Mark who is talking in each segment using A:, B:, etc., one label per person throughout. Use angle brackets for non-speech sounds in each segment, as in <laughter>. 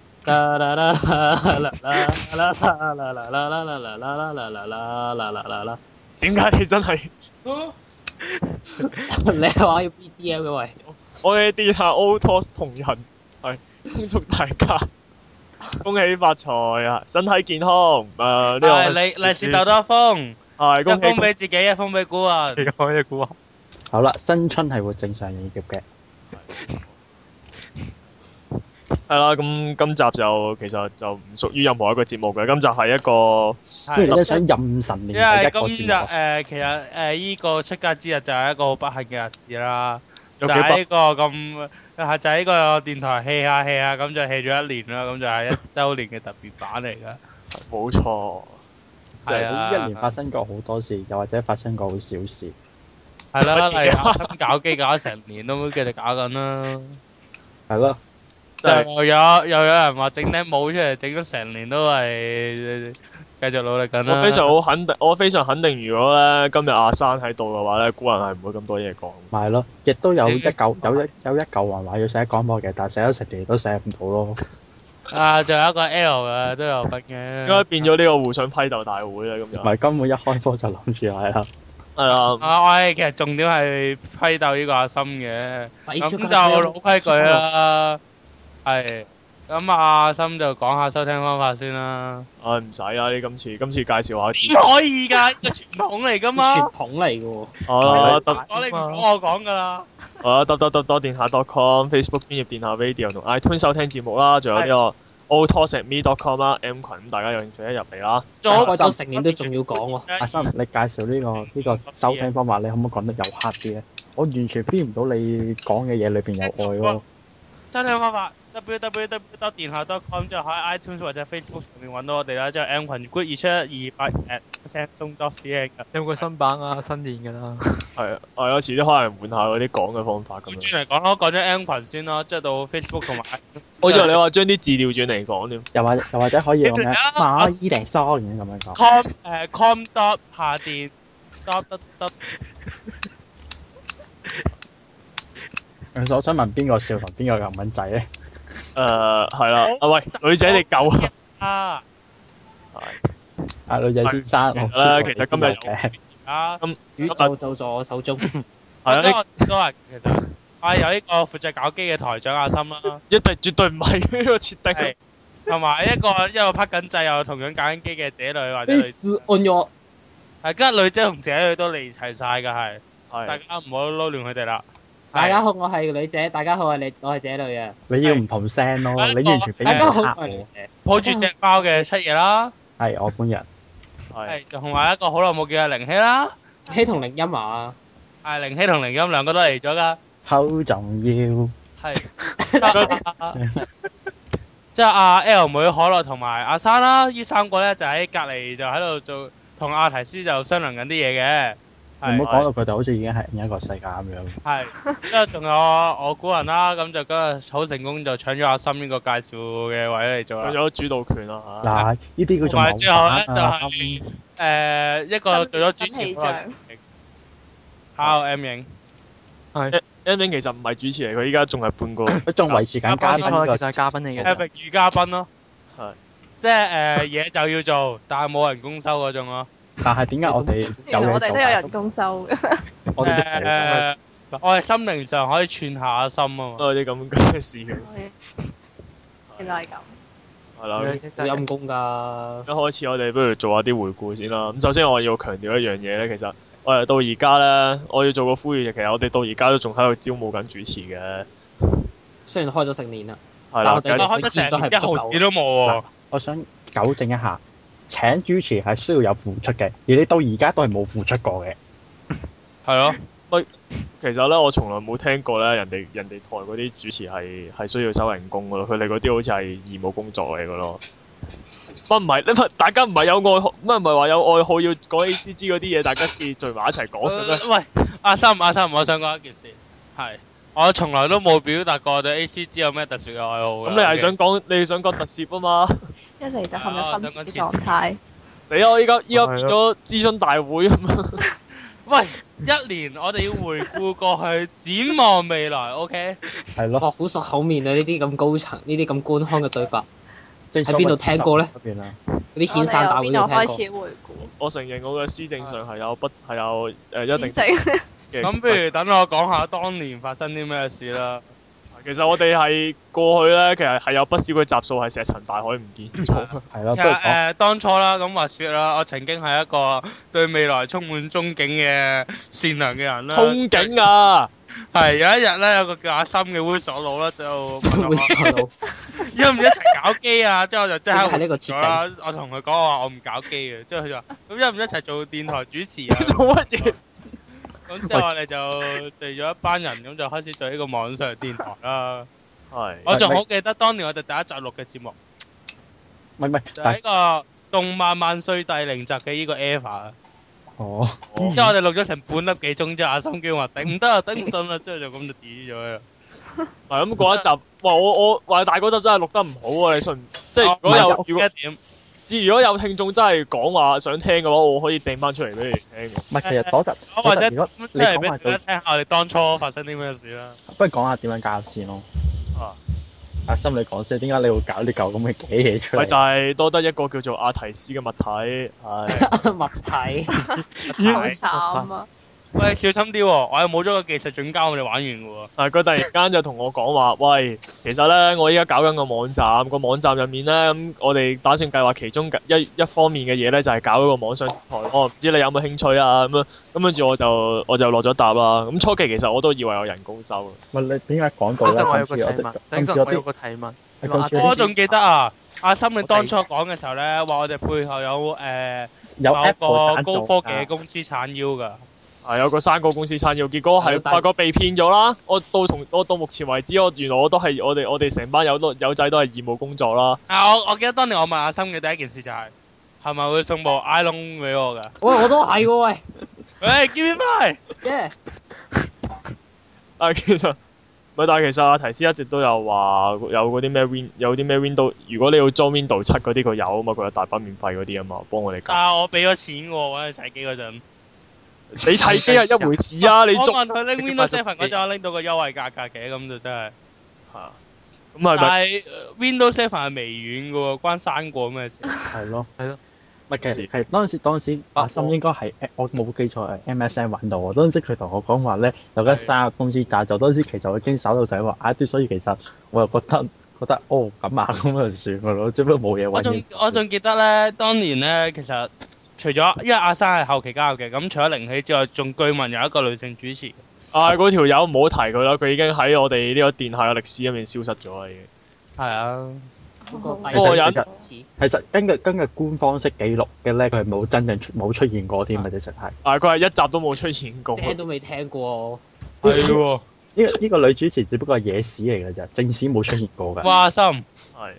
A: 啦啦啦啦啦啦啦啦啦啦啦啦啦啦啦啦啦啦啦啦啦啦！
B: 點解你真係
A: 你話要 BGM 嘅喂？
B: 我哋殿下 O t o s 啊同仁係恭祝大家恭喜發財啊，身體健康誒呢個
C: 係利利是逗多一封，
B: 係
C: 一
B: 恭
C: 封
B: 喜
C: 俾自己，一封俾古人。
B: 你講嘅估啊！
D: 好啦，新春係會正常營業嘅。
B: 係啦，咁今集就其實就唔屬於任何一個節目嘅，今集係一個
D: 即係
C: 係
D: 你都想任神
C: 因
D: 連係
C: 為
D: 一個
C: 今日
D: 節目。
C: 誒，其實誒依個出街之日就係一個好不幸嘅日子啦，
B: 有
C: 就
B: 幾
C: 係
B: 百
C: 呢個咁係就係呢個電台 hea 下 hea 下咁就 hea 咗一年啦，咁就係一週年嘅特別版嚟㗎。
B: 冇錯，
D: 就
C: 係啊
D: 係一年發生過好多事，又或者發生過好少事。
C: 係啦，
B: 乜
C: 例
B: 嘢啊
C: 如新搞機搞咗成年都繼續搞緊啦。
D: 係咯，
C: 就
B: 真係
C: 又有又有人話整頂帽出嚟，整咗成年都係繼續努力緊啦。
B: 我非常好肯定，我非常肯定，如果咧今日阿生喺度嘅話咧，古人係唔會咁多嘢講。
D: 咪係咯，亦都有
C: 你
D: 一嚿有一有一嚿話話要寫廣播嘅，但係寫咗成年都寫唔到咯。
C: 啊，仲有一個 L 嘅都有份嘅。
B: 應該變咗呢個互相批鬥大會啦，咁就
D: 咪根本一開波就諗住係啊啦。
B: 係啦。
C: 啊，我係其實重點係批鬥呢個阿森嘅，
A: 洗
C: 咁就老規矩！啦，係。咁阿森就講下收聽方法先啦。
A: <laughs>
B: 唉，唔使啦，你今次今次介紹下自己
C: 點可以㗎？呢個傳統嚟㗎嘛。
A: 傳統嚟嘅喎，
B: 好啦，得
C: 講你唔講我講㗎啦。
B: 好啦，得得得得，電下 .com、Facebook 專業電下 Radio 同 iTunes 收聽節目啦，仲有呢個 a l t o s a t m e c o m 啦、M 群，咁大家有興趣一入嚟啦。
C: 仲有
A: 開咗成年都仲要講喎。
D: 阿生，你介紹呢、個呢、個收聽方法，你可唔可以講得有黑啲咧？我完全 feel 唔到你講嘅嘢裏邊有愛咯。
C: 收聽方法 www 多電下 .com 之後喺 iTunes 或者 Facebook 上面揾到我哋啦，之後 M 群 good 二七一二八 at 聲中 dot c 嘅。
E: 有冇個新版啊？新年㗎啦，
B: 係啊，係有時都可能換下嗰啲講嘅方法咁
C: 咁
B: 樣。
C: 轉嚟講咯，講咗 M 群先咯，即係到 Facebook 同埋 iTunes
B: 我以為你話將啲字調轉嚟講添。
D: 又或又或者可以咁
C: 你哋
D: 樣
C: 啊
D: 馬伊琍桑咁樣講。
C: com 誒 com dot 下電 dot dot dot
D: 其實我想問邊個笑同邊個撳蚊仔啊咧？
B: 誒係啦，啊喂，女仔你夠啦。
C: 啊
D: 啊，女仔先生，
B: 其實
D: 我唔知我
B: 咧，其實今日有
D: 嘅 <laughs>
C: 啊！
A: 宇宙就在我手中，
B: 係
C: 即
B: 啦，
C: 係好多人其實啊有呢個負責搞機嘅台長阿森啦，
B: 一定絕對唔係呢個設定
C: 係。同埋一個一路拍緊掣又同樣搞緊機嘅姐女或者
A: 你
C: 女。
A: 是按我
C: 係，跟住女仔同姐女都嚟齊晒㗎，係，大
B: 係
C: 家唔好撈亂佢哋啦。
A: 大家
C: 係
A: 好，我係女仔，大家好，我係你，我係姐女啊！
D: 你要唔同聲咯，
C: 係
D: 你完全俾
A: 大
D: 人
A: 家好，
D: 哋
A: 我係
D: 呃
A: 女
D: 我。
A: 仔。
C: 抱住只貓嘅七爺啦，
D: 係我本人，
B: 係
C: 係同埋一個好耐冇見嘅靈希啦，
A: 希同靈音啊！
C: 係靈希同靈音兩個都嚟咗㗎，
D: 好重要。
C: 係。 <laughs> 即係阿 L 妹、可樂同埋阿生啦，呢三個咧就喺隔離就喺度做，同阿提斯就商量緊啲嘢嘅，
D: 你
C: 係
D: 唔好講到佢哋好似已經係另一個世界咁樣。
C: 係。之啊後仲有我古人啦，咁就今日好成功就搶咗阿森呢個介紹嘅位嚟做啦
B: 佢。有主導權啦嚇。
D: 嗱，呢啲叫
C: 同
D: 做
C: 埋最後咧
D: 謀
C: 就
D: 反啊！
C: 係誒一個做咗主持好耐嘅 R M 影，
B: Ending 其實唔係主持嚟，佢依家仲係半個。
D: 佢仲維持緊嘉
C: 啊
E: 冇
D: 賓
E: 錯
D: 呢
E: 啦，
D: 個
E: 其實係嘉賓嚟
C: 係
E: 嘅。
C: 榮譽嘉賓咯。
B: 係
C: 即係誒嘢就要做，但係冇人工收嗰種咯。
D: 但係點解我哋有嘢做
F: 我哋都有
D: 但
F: 人
D: 係
F: 工收嘅， <laughs>
D: 我哋都啊冇
C: 誒，我係心靈上可以串下阿心啊嘛。
B: 都有啲咁嘅事嘅。
F: 原來係咁。
B: 係啦，咁
A: 好陰公㗎，
B: 一開始我哋不如做下啲回顧先啦。咁首先我要強調一樣嘢咧，其實我哋到而家咧，我要做個呼籲，其實我哋到而家都仲喺度招募緊主持嘅。雖
A: 然開咗成年啦，
B: 係
A: 但
B: 啦
A: 我，哋
B: 繼續
C: 我開得成一毫子都冇喎。
D: 我想糾正一下，請主持係需要有付出嘅，而你到而家都係冇付出過嘅。
C: 係咯，
B: 其實咧，我從來冇聽過咧，人哋人哋台嗰啲主持係係需要收人工噶咯，佢哋嗰啲好似係義務工作嚟噶咯。乜唔係？你咪大家唔係有愛好，乜唔係話有愛好要講 A C G 嗰啲嘢，大家先聚埋一齊講嘅咩？
C: 喂，阿心阿心，我想講一件事，係我從來都冇表達過我對 A C G 有咩特殊嘅愛好㗎。
B: 咁你係
C: OK？
B: 想講你係想講特攝啊嘛？
F: 一嚟就陷入分子狀態，
B: 死啦！我依家依家變咗諮詢大會啊咁樣。
C: 喂一年我哋要回顧過去，展望未來，OK？
B: <laughs>
D: 係咯，
A: 學好熟口面啊！呢啲咁高層，呢啲咁官腔嘅對白，
D: 即係
A: 喺邊度聽歌咧
D: 所謂嗰邊啊啦，
A: 嗰啲遣散大會
F: 我
A: 都
F: 哋由邊度
A: 聽
F: 開
A: 過。
F: 始回
B: 我承認我嘅施政上係有不係有誒一定
F: 顧，正
B: 嘅。
C: 咁不如等我講下當年發生啲咩事啦。
B: 其實我哋係過去咧，其實係有不少嘅集數係石沉大海唔見咗。
D: 係啦，
C: 其
D: 不
C: 實
D: 如
C: 誒、
D: 講
C: 當初啦，咁話説啦，我曾經係一個對未來充滿憧憬嘅善良嘅人啦。
B: 憧憬啊！
C: 係有一日咧，有個叫阿森嘅猥瑣佬啦，就
A: <laughs>
C: 問
A: 會
C: 我
A: 上腦
C: 要唔要一齊搞機啊？之後我就即刻
A: 係呢個設
C: 咗
A: 定。
C: 啦。我同佢講我話我唔搞機嘅，之後佢就話咁一唔一齊做電台主持啊？
B: 做乜嘢？
C: 咁之後我哋就聚咗一班人，咁就開始做呢個網上電台啦。
B: 係
C: 我仲好記得當年我哋第一集錄嘅節目
D: 唔係唔係，
C: 就係
D: 但
C: 呢個《動漫萬歲》第零集嘅呢個 Eva。啊
D: 哦，
A: 嗯
B: 我
C: 之後我哋錄咗成半粒幾鐘之後，阿森叫我話頂唔得啊，頂唔順啦，之後就咁就 delete 咗啦。
B: 係咁嗰一集，哇！我我話大嗰集真係錄得唔好啊！你信？即
C: 哦
B: 係如果有如果
C: 一點，
B: 如果有聽眾真係講話想聽嘅話，我可以掟翻出嚟俾你哋聽喎。
D: 唔係其實嗰集
C: 我或者
D: 嗰集如果
C: 咁即
D: 你
C: 係俾
D: 講
C: 大家
D: 埋到
C: 聽，下我哋當初發生啲咩事啦。
D: 不如講下點樣搞先咯
B: 啊。
D: 阿心你講先，點解你會搞呢嚿咁嘅嘅嘢出
B: 咪就
D: 嚟？
B: 係多得一個叫做阿提斯嘅物體，係
A: 物體
F: 好慘啊！
C: 喂，小心啲喎，我又冇咗個技術準交，我哋玩完嘅喎。
B: 係佢突然間就同我講話，喂，其實咧，我依家搞緊個網站，個網站入面咧，咁、我哋打算計劃其中一一方面嘅嘢咧，就係、搞一個網上台，我唔知你有冇興趣啊咁樣，咁跟住我就我就落咗答啦。咁初期其實我都以為有人工收，
D: 咪你點解講到
E: 等
D: 咧？
E: 陣我有個
D: 今
E: 提
D: 次我哋今次我
E: 問，等陣我有
D: 啲
E: 個提問，
D: 今次
E: 我
C: 我
D: 我啲
C: 仲記得啊，阿森你
E: 我
C: 當
E: 哋
C: 初講嘅時候咧，話我哋背後有誒
D: 有
C: 某
D: Apple
C: 個
D: 贊助
C: 高科技嘅
D: 㗎
C: 公司撐腰㗎。
B: 係有個生果公司撐腰，結果係
A: 係但
B: 發覺被騙咗啦。我到同我到目前為止，我原來我都係我哋我哋成班友都友仔都係義務工作啦。
C: 啊，我我記得當年我問阿森嘅第一件事就係係咪會送部 iPhone 俾我㗎？
A: 喂，我都係喎，喂
C: 喂，give me five！
A: 耶！
B: 但係其實唔係，但係其實阿提斯一直都有話有嗰啲咩 Win 有啲咩 Window，如果你要裝 Window 七嗰啲佢有啊嘛，佢有大筆免費嗰啲啊嘛，幫我哋搞。
C: 但係我俾咗錢喎，揾佢砌機嗰陣。
B: 你睇機係一回事啊，你
C: <laughs> 我
B: 捉 <laughs>
C: 問佢拎
B: 你
C: Windows
B: 捉
C: Seven 嗰陣，我拎到個優惠價格嘅，咁就真係。
B: 嚇啊咁係
C: 但
B: 咪？
C: 係呃 ờ, Windows Seven 係微軟嘅喎，關生果咩事？
D: 係咯，
E: 係咯。
D: 唔係其實係當時當時
E: 百
D: 阿
E: 貨
D: 心應該係我冇記錯係 MSN 揾到我。當時佢同我講話咧，有間三個公司打就當時其實我已經手到手話 I 所以其實我又覺得覺得哦咁啊咁就算噶咯，只不過冇嘢
C: 我
D: 揾
C: 仲
D: 嘢。
C: 我仲記得咧，當年咧其實除咗因為阿生係後期加入嘅，咁除咗靈氣之外，仲據聞有一個女性主持。
B: 啊嗰條友唔好提佢啦，佢已經喺我哋呢個殿下嘅歷史入面消失咗啦已經。
C: 係啊，
A: 嗰個
B: 嗰個人
A: 似
D: 其實根據根據官方式記錄嘅咧，佢係冇真正出冇出現過
C: 啊
D: 添嘅，直情係。
B: 但係啊佢係一集都冇出現過。
A: 聲都未聽過。 <laughs>
C: 係喎。
D: 呢個呢個女主持只不過係野史嚟嘅啫，正史冇出現過嘅。
C: 哇，阿森，
B: 係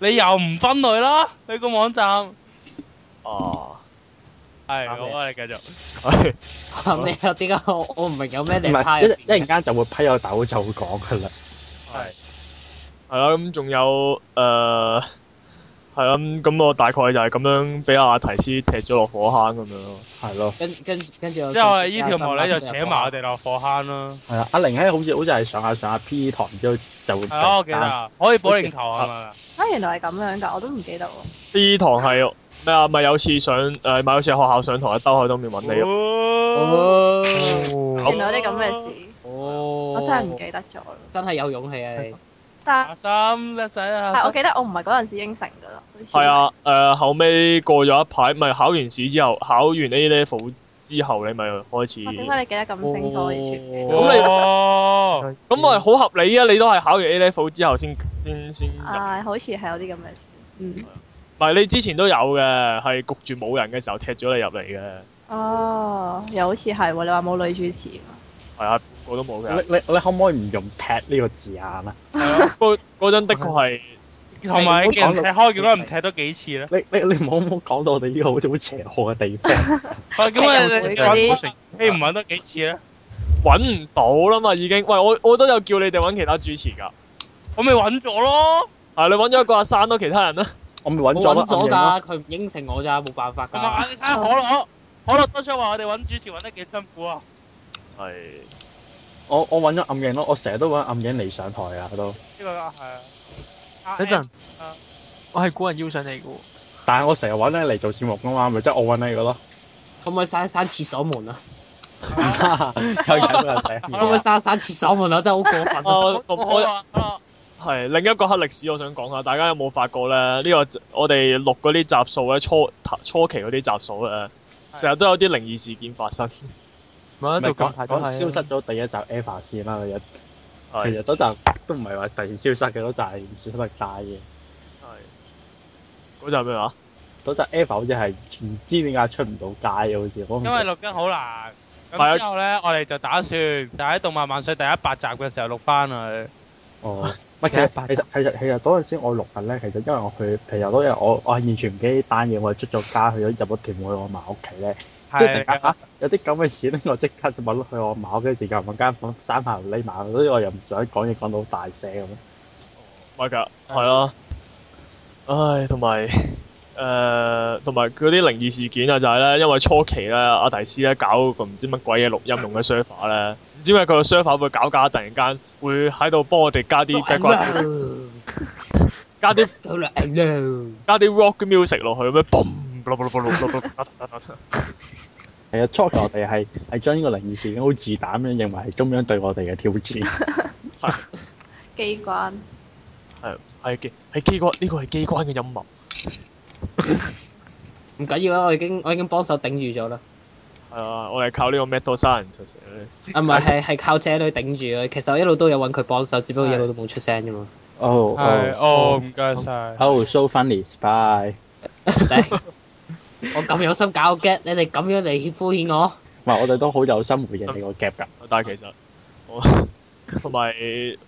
C: 你又唔分類啦？你個網站
B: 啊，
A: 啱
C: 係
A: 嘅
C: 好啊，你繼續。
B: 係
A: 咩啊？點解我我唔明有咩
D: 唔
A: 地派
D: 係一
A: 入
D: 一
A: 邊？
D: 陣間就會批我豆就會講噶啦。
B: 係啦，咁仲有誒係啦，咁咁我大概就係咁樣俾阿提斯踢咗落火坑咁樣咯。
D: 係咯，
A: 跟跟跟住我
C: 之後我哋呢條毛咧就扯埋我哋落火坑啦。
D: 係啦。阿玲咧好似好似係上下上下 P 堂之後就會
C: 係啊，我記得
D: 突然間
C: 啊，可以保齡球係咪啊？
F: 啊，原來係咁樣㗎，我都唔記得喎。
B: 呢堂係咩啊？咪有次上誒，咪有次學校上堂一兜口兜面揾你咯。
C: 哦
A: 哦
F: 原來有啲咁嘅事，
A: 哦，
F: 我真係唔記得咗啦。
A: 真係有勇氣啊！你
C: 阿
F: 但
C: 森叻仔啊！
F: 係我記得我唔係嗰陣時應承㗎啦。好似
B: 係，啊，誒後尾過咗一排，咪考完試之後，考完 A level 之後，你咪開始。
F: 哇哦點解你記得咁清楚？完全
B: 咁你
C: 哦，
B: 咁咪好合理啊！你都係考完 A level 之後先先先入。
F: 啊，好似係有啲咁嘅事。嗯，
B: 唔係你之前都有嘅，係焗住冇人嘅時候踢咗你入嚟嘅。
F: 哦，又好似係喎。你話冇女主持嘛
B: 係啊，我都冇嘅。
D: 你你你可唔可以唔用踢呢個字眼啊？
B: 嗰嗰陣的確係
C: 同埋你人踢開，點解唔踢多幾次咧？
D: 你你你唔好唔好講到我哋呢個好似好邪惡嘅地方。
C: 喂，咁啊你
F: 踢
C: 你
F: 入會嗰
C: 揾你唔揾多幾次咧？
B: 揾唔到啦嘛，已經。喂，我我都有叫你哋揾其他主持㗎。
C: 我咪揾咗咯。
B: 係你揾咗一個阿生咯，其他人咧。
D: <laughs> 我咪揾
A: 我
D: 咗啦
A: 揾咗㗎，佢唔應承我咋，冇辦法
C: 同埋
A: 㗎。
C: 你睇下可樂，可樂當初話我哋揾主持揾得幾辛苦啊！
B: 係。
D: 我我揾咗暗影咯，我成日都揾暗影嚟上台啊都。
C: 呢個啊係啊。
E: 等陣，我係古人邀上嚟嘅喎，
D: 但係我成日揾你嚟做節目噶嘛，咪即係我揾你個咯。
A: 可唔可以閂閂廁所門啊？
D: <laughs> 有人都有寫
A: 可唔可以閂閂廁所門啊？真係好
D: <laughs>
A: 過分啊！
B: 我
C: 好
B: 我我
C: 啊好啊
B: 係另一個黑歷史，我想講下，大家有冇發覺咧？呢、個我哋錄嗰啲集數咧，初初期嗰啲集數咧，成日都有啲靈異事件發生。
E: 咪
D: 咪
E: 喺度講
D: 講
E: 排
D: 講
E: 都
D: 消
E: 係啊
D: 失咗第一集 e v a 先啦，你其
B: 係
D: 實嗰集都唔係話突然消失嘅，嗰集係唔算得大嘅。
B: 係嗰陣係咩話？
D: 嗰集 e v a 好似係唔知點解出唔到街嘅，好似我唔
C: 因
D: 記得
C: 為錄音好難。
B: 係啊
C: 咁之後咧，我哋就打算就喺《動漫萬歲》第一百集嘅時候錄翻佢。
D: 哦，唔係其
E: 有
D: 實
E: 一百
D: 其實其實其實嗰陣時我錄緊咧，其實因為我去其實嗰日我我係完全唔記得單嘢，我係出咗家去咗日本屯門去我嫲屋企咧，即
C: 係
D: 係啊突然間嚇有啲咁嘅事咧，我即刻就揾去我嫲屋企嘅時間揾間房三下匿埋，所以我又唔想講嘢講到好大聲咁樣。
B: 咪㗎，啊係啦。唉，同埋誒，同埋嗰啲靈異事件啊，就係咧，因為初期咧，阿提斯咧搞個唔知乜鬼嘢錄音用嘅 server 咧，唔知點解佢個 server 會搞搞，突然間會喺度幫我哋加啲雞骨加啲加啲 rock music 落去咁樣，嘣， <laughs> 卜卜卜卜卜卜
D: 係啊，初期我哋係係將呢個靈異事件好自膽咁樣認為係中央對我哋嘅挑戰。 <laughs>
F: 機關。
B: 係係機係機關，呢個係機關嘅陰謀。
A: 唔緊要啦，我已經我已經幫手頂住咗啦。
B: 係啊，我哋靠呢個 metal science
A: 啊，
D: <laughs>
A: 唔係係係靠姐女頂住啊。其實我一路都有揾佢幫手，只不過一路都冇出聲啫嘛。
D: 哦
C: 係哦，唔該晒。
D: 哦，so funny，spy。 <laughs>
A: 頂我咁有心搞 get，你哋咁樣嚟敷衍我，
D: 唔係我哋都好有心回應你個 gap 㗎。
B: 但係其實我 <laughs> 同埋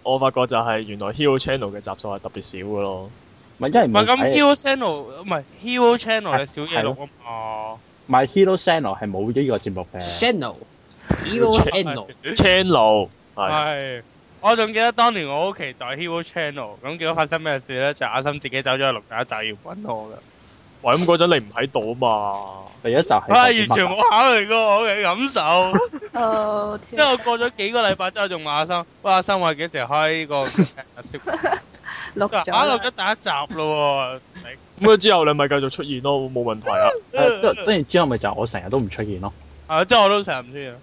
B: 我發覺就係原來 Hero Channel 嘅集數係特別少嘅咯。
D: 唔係因為
C: 唔
D: 唔
C: 係咁
D: 係
C: Hero Channel 唔係 Hero Channel 嘅小嘢錄啊嘛。
D: 唔係 Hero Channel 係冇呢個節目嘅。
A: channel。Hero Channel，
B: Channel 係
C: 係。我仲記得當年我好期待 Hero Channel，咁結果發生咩事咧？就阿森自己走咗去錄第一集要揾我噶。
B: 喂咁嗰陣你唔喺度嘛？
D: 第一集係
C: 我係完
D: 講
C: 全
D: 乜啊
C: 冇考慮過我嘅感 <laughs> 受。
F: 哦，
C: 之
F: 天
C: 後過咗幾個禮拜之後，仲問阿生：喂，阿生話幾時開呢個笑？
F: 錄
C: 佢
F: 咗
C: 話啊
F: 啦
C: 錄。咗第一集咯喎。
B: 咁咗之後你咪繼續出現咯，冇問
A: <laughs>
B: 題啊。
D: 誒跟跟住之後咪就係我成日都唔出現咯。
C: 啊，即係我都成日唔知啊。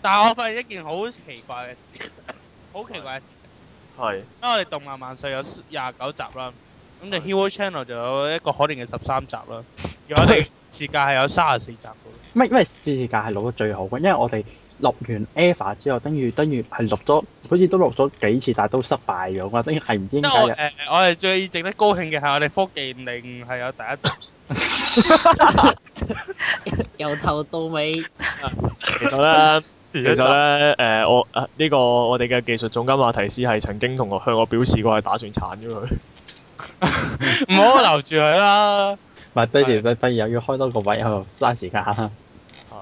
C: 但係我發現一件好奇怪嘅事，好奇怪嘅事情。
B: 係
C: 因為我哋動漫萬歲有廿九集啦，咁就 Hero Channel 就有一個可憐嘅十三集啦，而我哋時間係有三十四集嘅。
D: 唔係因為試試價係錄得最好嘅，因為我哋錄完 EVA 之後，跟住跟住係錄咗，好似都錄咗幾次，但係都失敗咗嘛，跟住係唔知
C: 因為
D: 點解
C: 我
D: 嘅。
C: 誒我係最值得高興嘅係我哋科技令係有第一集，
A: 由頭到尾，
B: 其
A: <laughs>
B: 實咧，
E: 其
B: 其實咧，誒、我啊呢、個我哋嘅技術總監馬提斯係曾經同我向我表示過係打算鏟咗佢。
C: 唔好留住佢啦。
D: 唔係，跟住不不如又要開多個位喺度嘥時間啦。
B: 係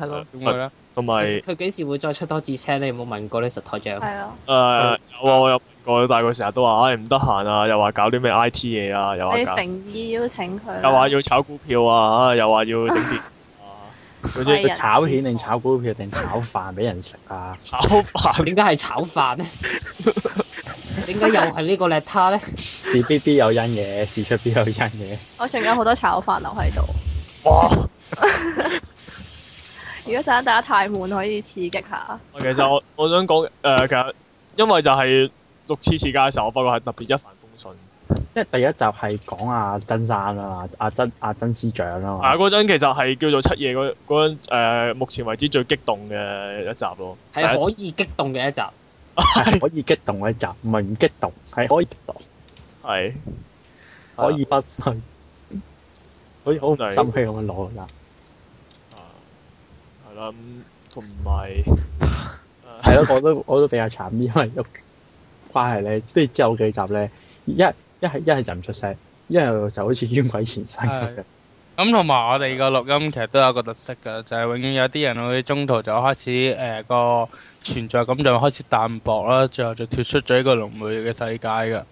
E: 係咯，
C: 點會咧？
B: 同
A: 其
B: 埋
A: 實佢幾時會再出多次車？你有冇問過呢實台長？
F: 係啊，
B: 誒有啊，我有問過，但係佢成日都話唉唔得閒啊，又話搞啲咩 I T 嘢啊，又話
F: 你
B: 搞
F: 誠意邀請佢啦。
B: 又話要炒股票啊，唉又話要整啲啊嗰
F: 喂
B: 啲
D: 佢炒蜆定炒股票定炒飯俾人食啊？ <laughs>
B: 炒飯
A: 點解係炒飯呢？點解又係呢個叻他
D: <laughs>
A: 呢？
D: 事必必有因嘅，事出必有因嘅。
F: 我仲有好多炒飯留喺度。
B: 哇！
F: 如果陣間大家太悶，可以刺激下。
B: 其實我我想講誒、其實因為就係六次試駕嘅時候，我發覺係特別一帆風順。
D: 因為第一集係講阿曾生啊嘛，阿曾阿曾司長啊
B: 啊！
D: 嘛，
B: 嗰陣其實係叫做七夜嗰嗰陣誒，目前為止最激動嘅一集咯。
A: 係可以激動嘅一集。
D: 係可以激動嘅一集，唔係唔激動，係可以激動，
B: 係
D: 可以不衰，可以好唔心虛咁樣攞啦。
B: 啊係啦，咁同埋
D: 係咯，我都我都比較慘啲，因為有關係咧，跟住之後幾集咧，一一係一係就唔出聲，一係就好似冤鬼纏身咁樣。
C: 咁同埋我哋個錄音其實都有個特色㗎，就係永遠有啲人會中途就開始誒個存在感就開始淡薄啦，最後就跳出咗呢個龍妹嘅世界㗎。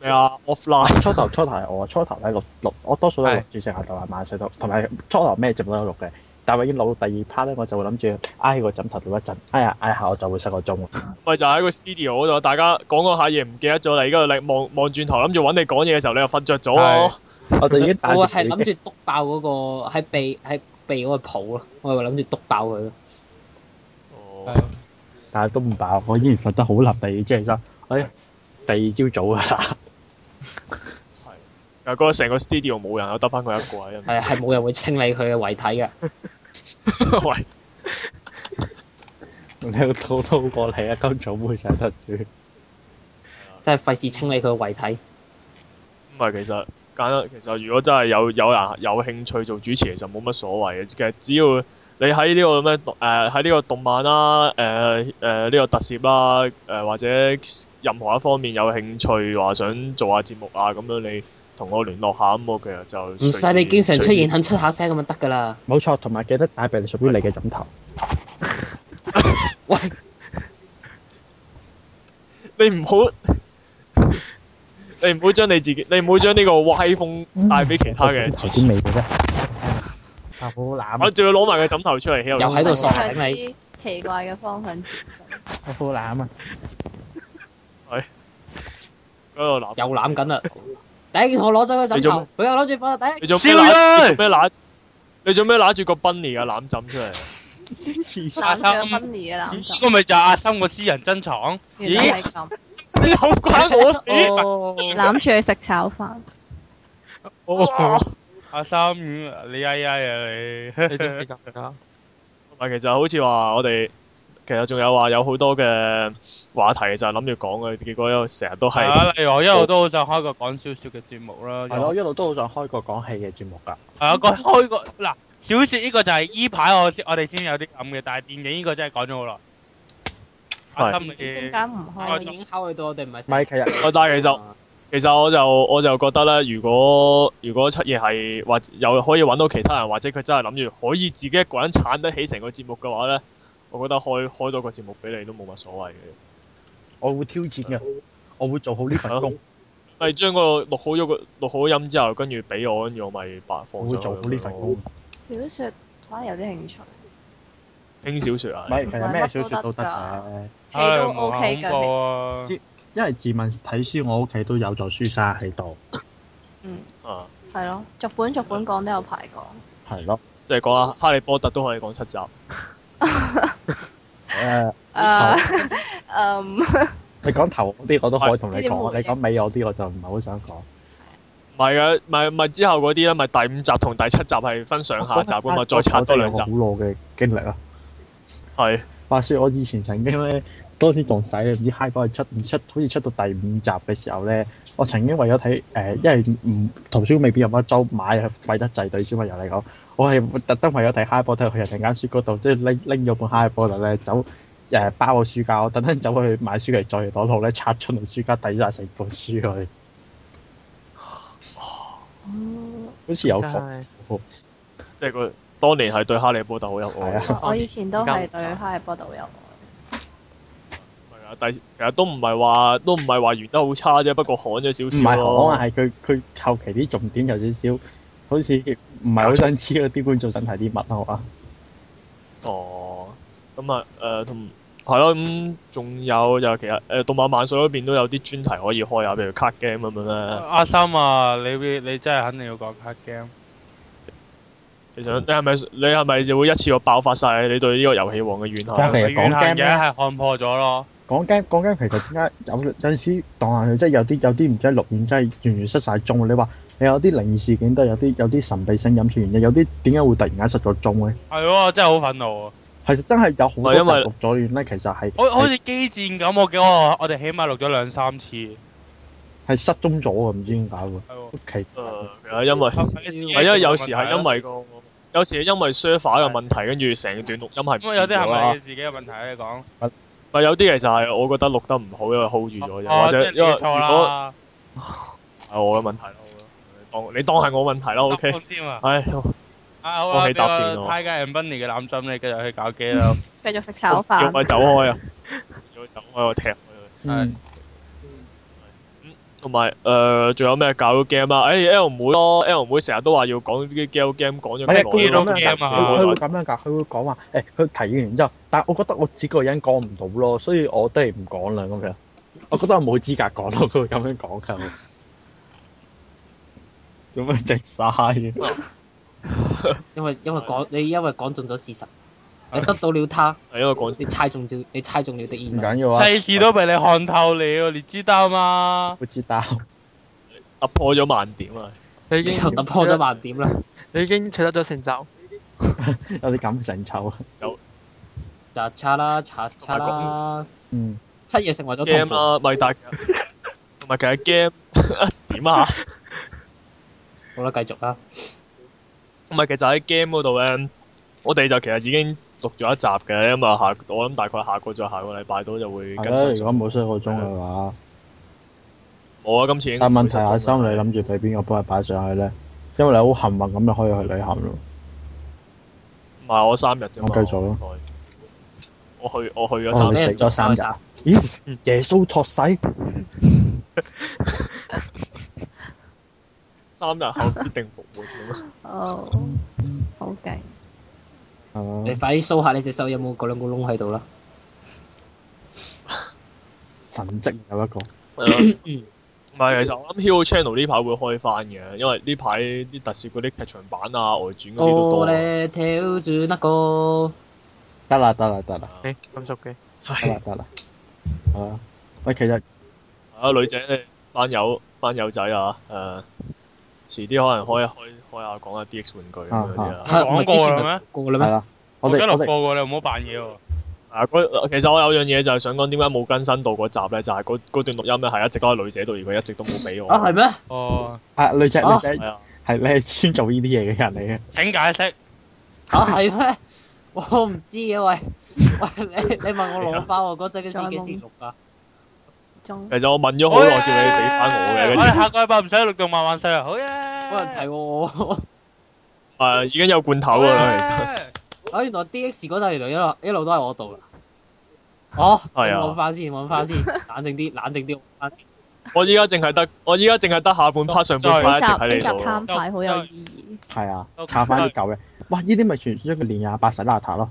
B: 咩啊？offline
D: 初 <laughs> 頭初頭係我初頭咧錄錄，我多數都係錄主食下豆啊、晚水都，同埋初頭咩節目都有錄嘅。但係已經攞到第二 part 咧，我就會諗住挨喺個枕頭度一陣，挨下挨下我就會失個鐘喎。
B: 咪就喺個 studio 嗰度，大家講嗰下嘢唔記得咗啦，而家你望望轉頭諗住揾你講嘢嘅時候，你又瞓着咗
C: 係
B: 咯。
D: <laughs> 我就已經 <laughs> 戴住
G: 我
D: 耳
G: 係
D: 機
G: 諗住篤爆嗰個喺鼻喺鼻嗰個泡咯，我係諗住篤爆佢咯。
B: 哦
C: 係
D: 但係都唔飽，我依然瞓得好立地，即係真，哎，第二朝早啊， <laughs>
B: 但係嗰個成個 studio 冇人，得翻佢一個喺入面。
G: 係係冇人會清理佢嘅遺體嘅。
B: 喂，
D: 你個肚都好過你啊，今早會上得住。
G: 真係費事清理佢嘅遺體。
B: 唔係其實簡單，其實如果真係有有人有興趣做主持，其實冇乜所謂嘅。其實只要你喺呢個咩誒喺呢個動漫啦、誒誒呢個特攝啦、誒、或者任何一方面有興趣話想做下節目啊咁樣，你同我聯絡下咁，我其實就
G: 唔
B: 隨
G: 使你
B: 時
G: 經常出
B: 隨時
G: 現，肯出下聲咁就得㗎啦。
D: 冇錯，同埋記得帶病屬於你嘅 <laughs> 枕頭。
G: 喂，
B: 你唔好，你唔好將你自己，你唔好將呢個歪風帶俾其他嘅人
D: 頭先
G: 嗯
D: 味 <laughs> 嘅啫。啊，好攬，
B: 我仲要攞埋個枕頭出嚟喺度
G: 又喺度傻
F: 非常
G: 頂你
F: 之奇怪嘅方向前進。
D: 好好攬啊！
B: 喺度攬。
G: 又攬緊啦！頂，同我攞走個枕
B: 你做
G: 頭，佢又攞住放頂。
B: 你做
C: 燒
B: 咩拿？
C: 咗
B: 你做咩拿？你做咩拿住個 Bunny 嘅攬枕出 <laughs> 嚟？
F: 男嘅 Bunny 嘅啊男
C: 呢
F: 就
C: 個咪就係阿森個私人珍藏。
F: 原來係咁，
B: 你又關我事？
G: 哦，
F: 攬住佢食炒飯。
B: <laughs> 哇
C: 阿森，你哎呀啊你！
E: 你點解㗎？
B: 同埋其實好似話我哋，其實仲有話有好多嘅話題就係諗住講嘅，結果又成日都
C: 係
B: 係。
C: 啊，例如我一路都好想開個講小説嘅節目啦。
D: 係咯，我一路都好想開個講戲嘅節目㗎。
C: 係啊，個開個嗱小説呢個就係依排我先我哋先有啲咁嘅，但係電影呢個真係講咗好耐。阿森
F: 點
C: 你
F: 解唔
G: 我
F: 開
G: 已？經考慮到我哋唔係
D: 唔
G: 成
D: 係，其實
B: 但係其實。其實我就我就覺得咧，如果如果七夜係或又可以揾到其他人，或者佢真係諗住可以自己一個人撐得起成個節目嘅話咧，我覺得開開多個節目俾你都冇乜所謂嘅。
D: 我會挑戰嘅，我會做好呢份工，
B: 咪將嗰個錄好咗個錄好音之後，跟住俾我，跟住我咪白放
D: 我
B: 咗
D: 會
B: 佢
D: 做好呢份工。
B: 咯
D: 唔
F: 小説可能有啲興趣，
B: 輕小說啊，
D: 係，其實咩小説都得嘅，
F: 戲都
C: 唉冇
F: OK
C: 恐怖
F: 㗎。
C: 啊！
D: 因為自問睇書，我屋企都有座書沙喺度。
B: 啊，
F: 係咯，逐本逐本講都有排講。
D: 係咯，
B: 即係講下《哈利波特》都可以講七集。
D: 誒，啊
F: 誒，嗯，
D: 你講頭嗰啲我都可以同你
F: 呢啲冇
D: 講，
F: 嘢
D: 你講尾嗰啲我就唔係好想講。
B: 唔係嘅，咪咪之後嗰啲咧，咪第五集同第七集係分上下集
D: <laughs>
B: 噶嘛，再拆多兩集
D: 我真係。有個好耐嘅經歷啊！
B: 係
D: 話說我以前曾經咧，當時仲細，唔知 high 翻出唔出，好似出到第五集嘅時候咧，我曾經為咗睇誒，因為唔圖書館未必有乜周買，貴得滯對小朋友嚟講，我係特登為咗睇 high 波特去人哋間書嗰度，即係拎拎咗本 high 波特咧走。誒、包個書架，我特登走去買書嚟再去攞路咧，拆出嚟書架，抵晒成本書去，
F: 嗯
D: <laughs> 好似有
E: 真
D: 講
E: 係
B: 即係佢當年係對《哈利波特》好有愛
D: 係。啊，
F: 我以前都係對哈利波特有愛。
B: 係啊，但係其實都唔係話都唔係話完得好差啫，不過旱咗
D: 唔
B: 少少
D: 係
B: 咯。
D: 講啊，係佢佢後期啲重點有少少，好似唔係好想知嗰啲觀眾想睇啲乜啊嘛。
B: 哦，咁啊誒同係咯，咁仲有就其實誒動漫萬歲嗰邊都有啲專題可以開下，譬如 card game 咁樣咧。
C: 阿森啊，你會你真係肯定要講 card game。
B: 你
D: 嗯
B: 想你係咪你係咪就會一次過爆發晒你對呢個遊戲王嘅怨
D: 但
B: 恨？啊
D: 係
C: 佢
D: 講
C: 怨恨
D: game
C: 嘅係看破咗咯。
D: 講 game 講 game 其實點解有有陣時當下佢真係有啲有啲唔知係錄完真係完全失晒蹤。你話你有啲靈異事件都係有啲有啲神秘性隱存嘅，有啲點解會突然間失咗蹤咧？
C: 係喎，真係好憤怒啊！
D: 其實真係有好多
B: 係因
D: 集
B: 為
D: 錄咗亂咧，其實係
C: 好好
D: 係
C: 似機戰咁，我記得我我哋起碼錄咗兩三次。係
D: 係失蹤咗啊！唔知點解
C: 喎
D: 喎。屋企
B: 誒，其實啊因為
C: 係
B: 係因為有時係因為
C: 嗯
B: 個有時係因為 server 嘅問題，跟住成段錄音係唔
C: 咁有啲
B: 見
C: 係
B: 咗
C: 咪
B: 啦
C: 你自己嘅問題咧？你講
B: 咪有啲其實係我覺得錄得唔好，因為 hold 住咗啫，
C: 哦
B: 或者
C: 即係你
B: 因為如
C: 錯
B: 果
C: 啦，
B: 係我嘅問題啦，我覺得你當你當係我問題啦
C: 答
B: ，OK。
C: 案添啊！
B: 唉，
C: 啊好
B: 我
C: 啦，
B: 起
C: 俾
B: 答
C: 個
B: 電腦
C: Tiger and Bunny 嘅攬枕你繼續去搞機啦。
F: 繼續食
B: 要
F: 炒
B: 要咪
F: 飯。
B: 走開啊！要咪走開我踢佢。
D: 嗯
C: 係
B: 同埋誒，仲有咩搞 game 啊？誒 L 妹咯，L 妹成日都話要講啲 L game，講咗
D: 係啊，
C: 講
D: 佢
B: 咁
D: 會
B: 耐
C: 到
D: 咁
B: 啦
D: 樣㗎，
C: game 啊
D: 佢佢會咁樣㗎，佢會講話誒，佢提議完之後，但係我覺得我自己個人講唔到咯，所以我都係唔講啦咁樣。我覺得我冇資格講咯，佢會咁樣講㗎。做咩直晒嘅？
G: 因為因為講
B: 啊
G: 你因為講中咗事實，你得到了他，
B: 係因為講
D: <laughs>
G: 你猜中了你猜中了的意
D: 唔
G: 味。
D: 緊要啊，
C: 世事都被你看透了，你知道嗎？
D: 我知道。 <laughs>
B: 突破咗萬點啊！
E: 你已
B: <laughs>
G: 你
E: 經
G: 又突破咗盲點啦，
E: 你已經取得咗成就。
D: 有啲咁嘅成就。
G: 就叉啦叉叉啦，
D: 嗯，
G: 七夜成為咗同
B: game 啊
G: 伴。
B: 啦，咪大同埋其實 game <laughs> 點啊？
G: 好啦，繼續啦。
B: 唔係，其實喺 game 嗰度咧，我哋就其實已經錄咗一集嘅，咁啊下我諗大概下個再下個禮拜到就會嗯
D: 係
B: 跟
D: 啦，
B: 進。
D: 如果冇衰個鐘嘅話，
B: 冇啊，今次已經
D: 但問題阿
B: 會
D: 心，
B: 上
D: 你
B: 啦
D: 諗住俾邊個幫你擺上去咧？因為你好幸運咁，你可以去旅行咯。
B: 唔係我三日啫嘛。
D: 我繼續咯
B: 我去我去咗
D: 哦，
B: 三
D: 你
B: 日，
D: 食咗三日啊。咦？耶穌托洗？
B: 三日後必定復活咁啊！
F: 哦，好勁！
D: 啊
G: 你快啲 show 下你隻手有冇嗰兩個窿喺度啦。
D: 神蹟有一個。
G: <laughs>
B: 係啊唔係，其實我諗 Hero Channel 呢排會開翻嘅，因為呢排啲特攝嗰啲劇場版啊、外傳嗰啲都多
G: 我
B: 啊。
G: 咧跳住那個，
D: 得啦，得啦，得啦，
E: 咦咁熟嘅，
D: 得啦，得啦。好啦，喂，其實
B: 啊，女仔你班友班友仔啊，誒、遲啲可能開一
D: 嗯
B: 開開下講下 DX 玩具咁樣啲啊。
G: 啊唔係
C: 講過
G: 之前
C: 啦
G: 咪
C: 咩
G: 過啦
D: 係
G: 咩？
D: 啊
G: 啊
D: 啦，
C: 我
D: 我
C: 而家
D: 哋
C: 錄
D: 我哋
C: 過喎，你唔好扮嘢喎。
B: 啊，嗰其實我有樣嘢就係想講點解冇更新到嗰集咧，就係嗰嗰段錄音咧係一直都係女仔度，而佢一直都冇俾我。
G: 啊係咩？
C: 哦，
D: 啊，女仔
G: 啊
D: 女仔
B: 係啊，
D: 係你係專做呢啲嘢嘅人
C: 請解釋。
G: 啊係咩？ <laughs> 我唔知嘅喂， <laughs> 喂你你問我
D: 啊
G: 攞翻我嗰陣嘅事幾時錄啊？
F: 中
B: 其實我問咗好耐，叫你俾翻我嘅，跟住
C: 我哋下個禮拜唔使錄動漫玩世啦，好嘢！
G: 冇人提
C: 睇
G: 我， <laughs>
B: 誒已經有罐頭㗎啦，
G: 啊原來 D X 嗰陣原來一路一路都喺我度噶。哦，
B: 係啊
G: 揾翻先，揾
D: <laughs>
G: 翻先，冷靜啲，冷靜啲，揾翻先
B: 其實我依家淨係得我依家淨係得下半 part 上半
C: 我
F: 呢
B: part 一直
F: 集
B: 喺
F: 呢
B: 你
F: 集攤
B: 度。啊
F: 牌好有意義。
D: 嘅，係啊，
C: OK
D: 查翻啲舊嘅。哇，呢啲咪傳説佢年廿八洗邋遢咯。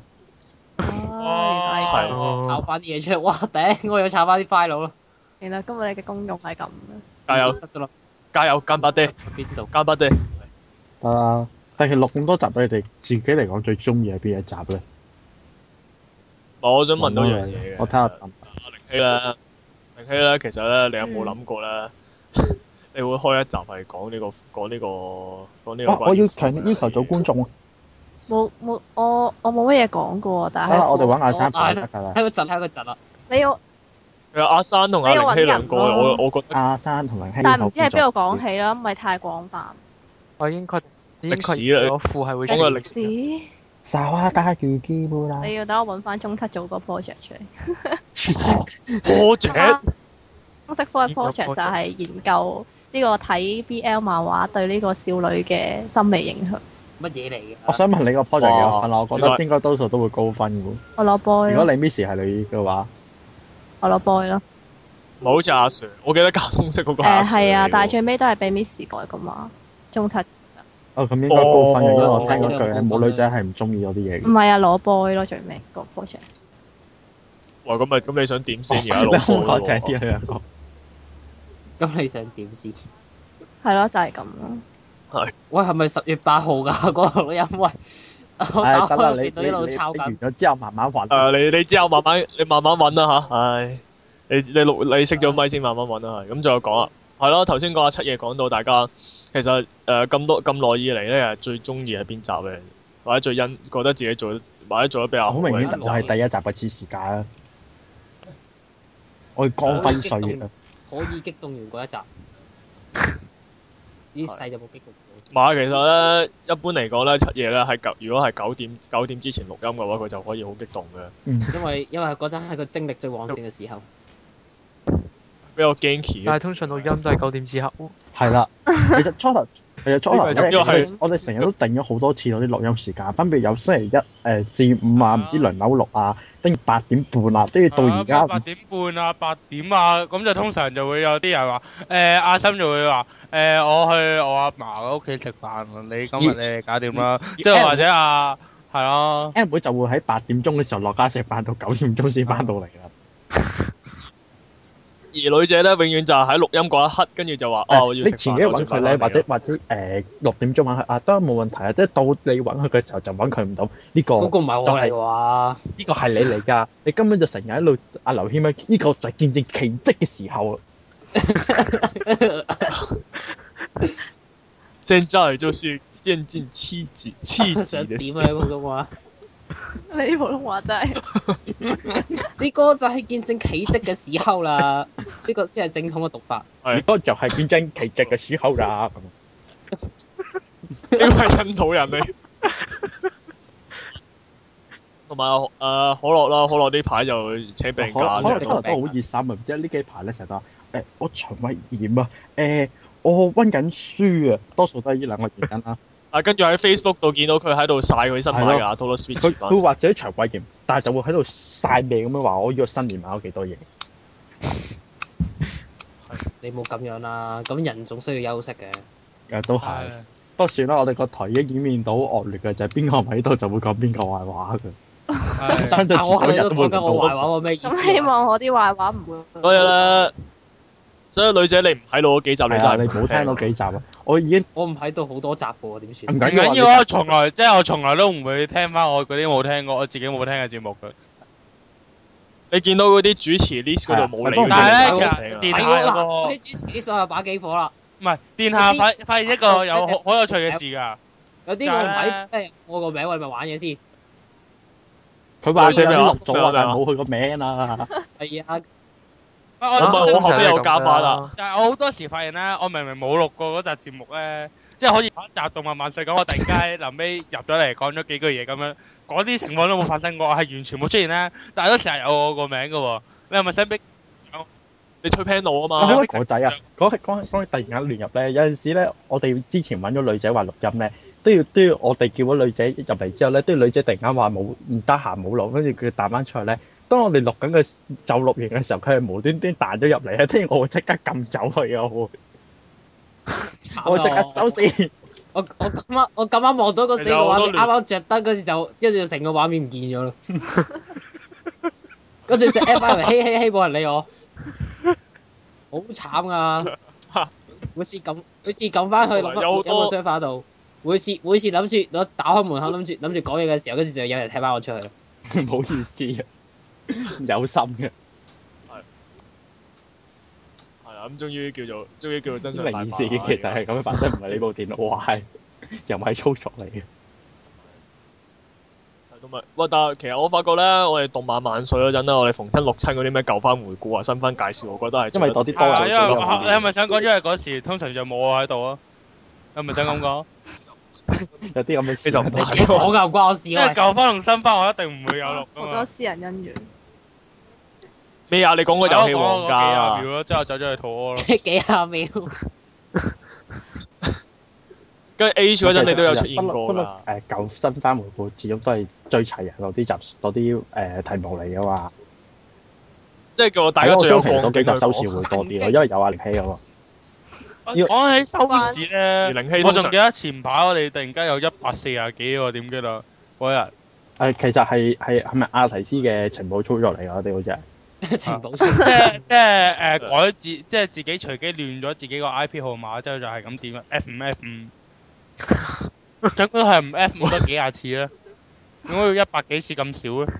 F: 啊
B: 係
E: 哦
G: 炒翻啲嘢出嚟。哇頂！我要炒翻啲 file 咯，
F: 原來原來今日你嘅功用係咁嘅。
B: 加油
G: 唔知塞咗落
B: 加油，干巴爹，
G: 邊度？
B: 干巴爹。
D: 得啦，但係錄咁多集俾你哋，自己嚟講最中意係邊一集咧？
B: 我想問到樣嘢嘅。
D: 我睇下答唔答。
B: 凌希咧，凌希咧，其實咧，你 <laughs> 有冇諗過咧？你會開一集係講呢個講呢個講呢個
D: 哇！
B: 關於
D: 我要強烈要求做觀眾啊。
F: 冇冇，我我冇乜嘢講過，但
D: 得
F: 係
D: 啦，我哋揾阿生陪
G: 我
D: 得㗎啦。
G: 喺個陣，喺個陣啊！
F: 你要，
B: 其實阿生同阿凌希兩個，
F: 你要搵人
B: 我
F: 咯
B: 我
F: <laughs>
B: 覺得
D: 阿生同埋希
F: 但係唔知係
D: 係
F: 邊度講起啦，唔係太廣泛。
E: 我已經確已經
B: 歷史啦
E: 確認我父係會
B: 講個歷
E: 出
B: 史
F: 史，你
D: 沙瓦加魚基布啦。
F: 要等我揾翻中七做個 project 出嚟。
B: 我者
F: 通識科嘅 project 就係研究呢個睇 BL 漫畫對呢個少女嘅心理影響。
G: 乜嘢嚟嘅？
D: 我想問你個 project 幾多分啊？我覺
B: 呢
D: 得
B: 個
D: 應該多數都會高分嘅喎。
F: 我攞 boy
D: 如果
F: 咯，
D: 你 miss 係你嘅話，
F: 我攞 boy 咯。
B: 唔係好似阿 Sir，我記得交通式嗰個阿
F: 誒
B: Sir
F: 係啊，但係
B: 係
F: 最尾都係俾 Miss 改噶嘛。中七唔
D: 哦咁應該高分
B: 哦嗯
D: 嘅，因為我聽嗰
G: 我知
D: 句
G: 道
D: 係冇女仔係唔中意嗰啲嘢嘅。
F: 係啊，攞 boy 咯，最尾個 project。
B: 哇咁咪咁你想點先而家
D: <laughs> 你
B: 老
D: 可唔可
B: 波
D: 以講正啲啊？兩個
G: 咁你想點先？
F: 係咯，就係咁咯。
G: 喂，係咪十月八號㗎？ <laughs> 嗰個錄音喂，啊我打
D: 唉，得啦，
G: 開電
D: 你你
G: 腦一路抄
D: 你
G: 緊
D: 你。完咗之後慢慢揾。
B: 誒你你之後慢慢你慢慢揾啦吓，唉你你錄你熄咗咪先慢慢揾啦係咁再講啊係咯頭先講阿七爺講到大家其實誒咁多咁耐以嚟咧最中意係邊集咧或者最欣覺得自己做得或者做得比較
D: 好明顯
B: 嘅
D: 就係第一集嘅黐時間啦。我要光輝歲月啊！
G: 可以激動完嗰
D: <laughs>
G: 一集，呢世就冇激動
B: 唔係，其實咧，一般嚟講咧，七夜咧係九，如果係九點九點之前錄音嘅話，佢就可以好激動嘅。
G: 過，因為因為嗰陣係佢精力最旺盛嘅時候。
B: 比較 ganky <laughs>
E: 但係通常錄音都係九點之後。
D: 係啦，其實初頭其實可能
B: 呢
D: 咧，
B: 個
D: 我
B: 係
D: 哋我哋成日都定咗好多次嗰啲錄音時間，分別有星期一誒、至五啊，唔知輪流錄啊，跟住八點半啊，跟住到而家
C: 啊八點半啊，八點啊，咁就通常就會有啲人話，誒阿森就會話，誒我去我阿嫲屋企食飯，你今日你哋搞掂啦，即係或者啊，係咯，
D: M 妹就會喺八點鐘嘅時候落街食飯，到九點鐘先翻到嚟啦。
B: 而女仔咧，永遠就係喺錄音嗰一刻，跟住就話：哦，我
D: 誒
B: 要
D: 你
B: 食
D: 前
B: 飯啊
D: 幾日
B: 啦我
D: 揾
B: 準
D: 佢
B: 備
D: 咧，
B: 返嚟啦
D: 或者或者誒六點鐘揾佢啊，都冇問題啊。即係到你揾佢嘅時候就揾佢唔到，呢個
G: 嗰個唔係我嚟
D: 就
G: 話。
D: 呢個係你嚟㗎。你根本就成日喺度阿劉軒啊，呢個就係見證奇蹟嘅時候啊。
B: 現在就是見盡妻子妻
G: <laughs>
B: 子
G: 想
B: 嘅
G: 點
B: 事
G: 啊？普通話
F: 你啲普通話真 <laughs> 係
G: 呢個就係見證奇蹟嘅時候啦，呢個先係正統嘅讀法。
B: 係
D: 呢個就係見證奇蹟嘅時候啦。咁
B: 呢個係印度人嚟。同埋誒可樂啦，可樂呢排就請
D: 哦可
B: 病假
D: 可能可能都好熱心啊！唔知呢幾排咧成日都話誒，我腸胃炎啊，誒，我温緊書啊，多數都係呢兩個原
B: <laughs>
D: 因啦。
B: 啊，跟住喺 Facebook 度見到佢喺度晒佢新買
D: 係
B: 嘅
D: 咯
B: a t o l o Switch
D: 佢
B: 版
D: 佢或者腸胃炎，但係就會喺度晒命咁樣話我呢個新年買咗幾多嘢。
G: 你冇咁樣啦，咁人總需要休息嘅。
D: 誒都係，不過算啦，我哋個台已經演變到惡劣嘅，就係邊個唔喺度就會講邊個壞
B: 啊
D: 話嘅。
C: 係，
D: <laughs> 相對
G: 但我
D: 遲
G: 喺
D: 早
G: 度
D: 日都會
G: 講
D: 輪到
G: 緊我壞話喎，咩意思啊？
F: 咁，希望我啲壞話唔會。
B: 所以咧，所以女仔你唔睇到嗰幾集，你
D: 係啊，
B: 真
D: 你
B: 係
D: 冇聽到幾集啊？我已經
G: 我唔喺度好多集嘅喎，點算
D: 唔？
C: 唔
D: 緊
C: 緊
D: 要
C: 要
D: 啊
C: 啊，從來即係我從來都唔會聽翻我嗰啲冇聽過，我自己冇聽嘅節目嘅。
B: 你見到嗰啲主持 list 嗰度冇
D: 係啊
B: 理
C: 但係
B: 佢哋
C: 咧，其實
B: 冇
G: 係喎，嗱，我啲
B: 理
C: 電下有個
G: 主持啲上係把幾火啦，
C: 唔係電下發發現一個有好好有趣嘅事㗎。
G: 有啲我唔喺，即係我個名，我係咪玩嘢先？
D: 佢話佢
B: 咩
D: 有
B: 啊
D: 錄咗啊，
B: 咩啊
D: 但係冇佢個名啊。
G: 係啊，
C: 啊
B: 咁
C: 我
B: 咪我後尾又加啊翻啦，
C: 但係我好多時發現咧，我明明冇錄過嗰集節目咧，即係可以一集《動漫萬歲》咁，我突然間臨尾入咗嚟講咗幾句嘢咁樣，嗰啲情況都冇發生過，我係完全冇出現咧。但係都成日有我個名嘅喎，你係咪想逼？
B: 你推 panel 啊
D: 好
B: 嘛
D: 多，個仔啊，講起講起講起突然間亂入咧，有陣時咧，我哋之前揾咗女仔話錄音咧，都要都要我哋叫咗女仔入嚟之後咧，都要女仔突然間話冇唔得閒冇錄，跟住佢彈翻出嚟咧。當我哋錄緊嘅就錄完嘅時候，佢係無端端彈咗入嚟咧，聽住我會即刻撳走佢啊！我會
G: 慘啊
D: 我會即刻收。線。
G: 我我咁啱我咁啱望到個死個畫面，啱啱着燈嗰時就，跟住成個畫面唔見 <laughs> 咗啦。跟住成 app 翻嚟，嘿嘿嘿，冇人理我，好慘
B: <laughs>
G: 啊！每次撳，每次撳翻去諗翻
B: 有好
G: 有
B: 多
G: 冇想法度，每次每次諗住攞打開門口諗住諗住講嘢嘅時候，跟住就有人踢翻我出去。
D: 唔好意思啊，有心嘅，
B: 係啦，咁終於叫做終於叫做真相大白
D: 靈
B: 啦
D: 異事件其實係咁樣發生，唔係你部電腦壞，又唔係操作嚟嘅。
B: 同埋，喂！但係其實我發覺咧，我哋動漫萬歲嗰陣咧，我哋逢親錄親嗰啲咩舊番回顧啊、新番介紹，我覺得係
D: 因為多
B: 做
D: 啲多
B: 得
C: 係
B: 最最
C: 啊，因為
D: 人
B: 有
C: 我
B: 意
C: 你
B: 義
C: 係咪想講？因為嗰時通常就冇我喺度啊，你係咪想咁講？
D: 有啲咁嘅事啊
B: 你就唔
D: 喺度
G: 你自己講噶，唔關我事
C: 因為
G: 啊！
C: 舊番同新番我一定唔會有錄
F: 好
C: 噶
F: 多
C: 嘛。
F: 私人恩怨，
B: 咩啊？你講個遊戲王
C: 我講嗰幾廿
B: 家，
C: 秒咯，之後走咗去肚屙咯。
G: 喂幾下秒，
B: 跟住 H 嗰陣你都有出現過
D: 不嬲
B: 㗎。
D: 誒舊新番回顧，始終都係最齊人嗰啲集嗰啲誒題目嚟噶嘛。
B: 即係叫大
D: 係
B: 家
D: 咯，我
B: 最有
D: 相信
B: 共
D: 嗰幾
B: 鳴
D: 集
B: 去
D: 收視
B: 講。
D: 會多啲咯，因為有阿靈希啊嘛。要
C: 講起收視
B: 而
C: 咧，
B: 靈希
C: 我
B: 通
C: 仲
B: 常
C: 記得前排我哋突然間有一百四廿幾喎，點擊率嗰日。
D: 誒，呃其實係係係咪阿提斯嘅情報操作嚟㗎？我哋好似係
G: 情報
B: <laughs>
C: 即係即係誒改自即係自己隨機亂咗自己個 I P 號碼之後就係咁點啊 F 五 F 五，總共係唔 F 五得幾廿次咧？點解要一百幾次咁少咧？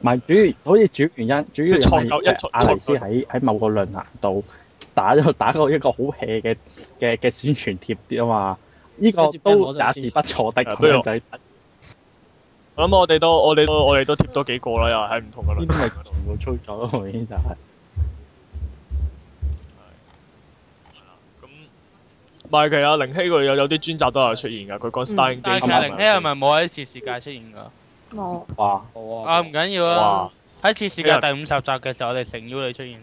D: 唔係主要？好似主要原因主要
B: 即係錯手一
D: 係呃
B: 錯
D: 阿提斯
B: 錯手
D: 喺喺某個論壇度打咗 <laughs> 打過一個好 hea 嘅嘅嘅宣傳貼啲啊嘛。呢個
G: 跟住俾人
D: 都
G: 攞咗
D: 也
G: 嚟
D: 是不錯的
B: 宣傳
D: 咁樣仔，
B: 我諗我哋都我哋都我哋都貼咗幾個啦，又喺唔同嘅
D: 呢
B: 論
D: 啲咪
B: 壇
D: 情
B: 嗰度。
D: 報操作咯，已經就係。
B: 咁唔係其實靈希佢有有啲專集都有出現㗎。佢講 Stein
C: 但係其
B: Game
C: 實零 A 係咪冇喺次世界出現㗎？
F: 冇
D: 哇！
G: 我
C: 啊
G: 啊
C: 唔緊要啊，喺次世界第五十集嘅時候，我哋誠邀你出現。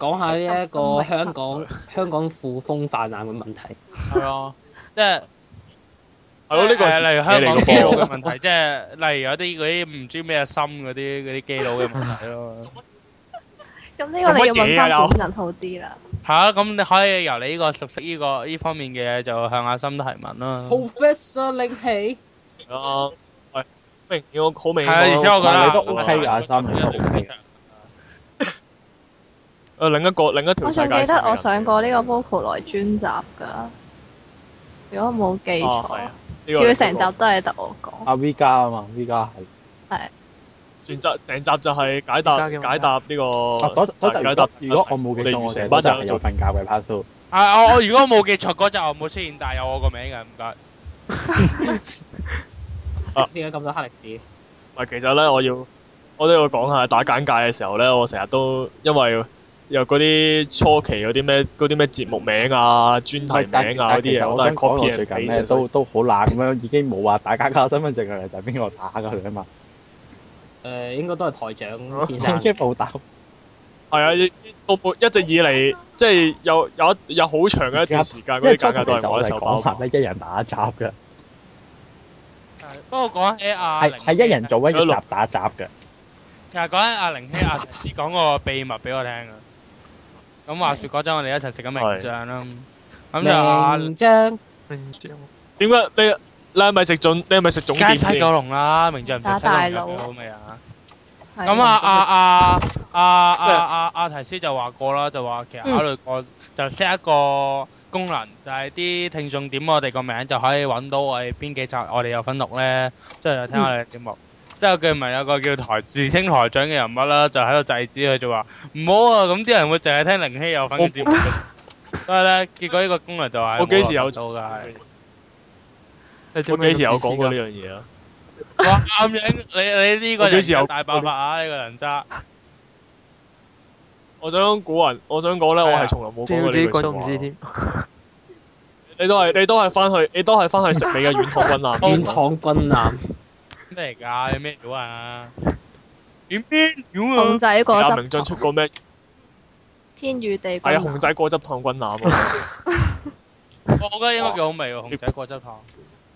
G: 講下呢一個香港香港富風泛濫嘅問
B: <laughs>
G: 題。
C: 係啊，即係
B: 係咯，呢個
C: 誒
B: 係
C: 例如香
B: 嚟
C: 港
B: 個
C: 基佬
B: 噃
C: 嘅問題，即係例如有啲嗰啲唔知咩心嗰啲嗰啲基佬嘅問題咯。
F: 咁呢個你要問
B: 啊
F: 翻本人好啲啦。
C: 係啊，咁你可以由你呢個熟悉呢個呢方面嘅嘢，就向阿心提問啦。
G: Professor 拎起，
B: 啊，喂，明顯我好明
C: 係啊，而
B: 顯
C: 且我覺得
D: 但係你都 OK 㗎三你都 OK 㗎
B: 誒另一個另一條
F: 我
B: 世界
F: 仲記得
B: 線
F: 我上過呢個 Vocal 來專集㗎，如果冇記
B: 哦係
F: 錯
B: 啊，呢個
F: 主要成集都係得我講。
D: 阿 V 加啊嘛，V 加係
B: 全集成集就係解答
E: 而家嘅問
B: 哦
E: 題
B: 解答呢個
D: 啊嗰嗰
B: 解
D: 集
B: 答
D: 如果如果我冇記錯，我
B: 我哋
D: 哋
B: 成
D: 嗰
B: 班
D: 集係
B: 人做
D: 有瞓覺嘅 part two。
C: 啊，我我如果冇記錯嗰集我冇出現，但係有我個名㗎，唔該。
B: 啊
G: 點解咁多黑歷史？
B: 唔係，其實咧，我要我都要講下打簡介嘅時候咧，我成日都因為有嗰啲初期嗰啲咩嗰啲咩節目名啊、專題名啊嗰啲嘢，
D: 我
B: 我都係
D: 想講
B: copy
D: 我
B: and p
D: 最近
B: a
D: 咧都都好冷咁樣，已經冇話打交交身份證嘅啦，就係邊個打㗎啊
B: <laughs>
D: 啦嘛，
G: 誒，應該都係台
B: 哦
G: 長先
D: 已
G: 生。
D: 經冇打。
B: 係啊，一到末一直以嚟，即係有有一有好長嘅一段時間，
D: 因
B: 嗰啲
D: 為初
B: 簡
D: 期
B: 介都係
D: 其實
B: 我
D: 我
B: 一
D: 哋
B: 手
D: 講
B: 包
D: 法
B: 辦。
D: 咧，一人打一集嘅，
C: 不過講起阿
D: 係
C: 玲
D: 係一人做一集打一集嘅。
C: 其實講緊阿玲希阿陳師講個秘密俾我聽啊。咁話説嗰陣我哋一齊食緊名醬啦，咁就阿
G: 明
B: 哦
G: 章
E: 明知我
B: 點解你你係咪食總？你係咪食總
C: 街
B: 店
C: 西
B: 先？
C: 九龍啦，名醬唔食西
F: 打大
C: 九
F: 佬
C: 龍好味啊。
F: 係
C: 咁啊啊啊啊啊啊啊提師就話過啦，就話其實考慮過就 set 一個功能，就係啲聽眾點我哋個名就可以揾到我哋邊幾集我哋有分錄咧，之後就聽我哋嘅節目。之後佢咪有個叫台自稱台長嘅人物啦，就喺度制止佢，就話唔好啊！咁啲人會淨係聽靈希有份嘅節目嘅。所以咧，結果呢個功能就係
B: 我幾時有
C: 做 <laughs> 㗎？係
E: 你知
B: 我
E: 唔知
B: 幾時有
E: 咩
B: 講過呢
E: 意思㗎？
B: 樣嘢啊？
C: 哇！咁樣你你呢個
B: 我幾
C: 人
B: 時有
C: 就大爆發啊！呢個人渣。
B: 我想古人，我想講咧，我
C: 係啊
B: 係從來冇講過
E: 照
B: 呢
E: 自己
B: 句
E: 講都唔知
B: 説話。
E: 添。
B: 你都係你都係翻去，你都係翻
C: <laughs>
B: 去食你嘅軟糖軍啦。
G: 軟糖軍艦，
C: 咩嚟噶？你咩料啊？點邊料
F: 控
C: 啊？
F: 制果
B: 阿明俊出
F: 汁，
B: 過
C: <laughs>
B: 咩？
F: 天與地
B: 嗯係啊，
F: 君
B: 控制果汁糖軍艦
C: <laughs>
B: 啊！
C: 我覺得應該幾好味喎，紅仔果汁糖。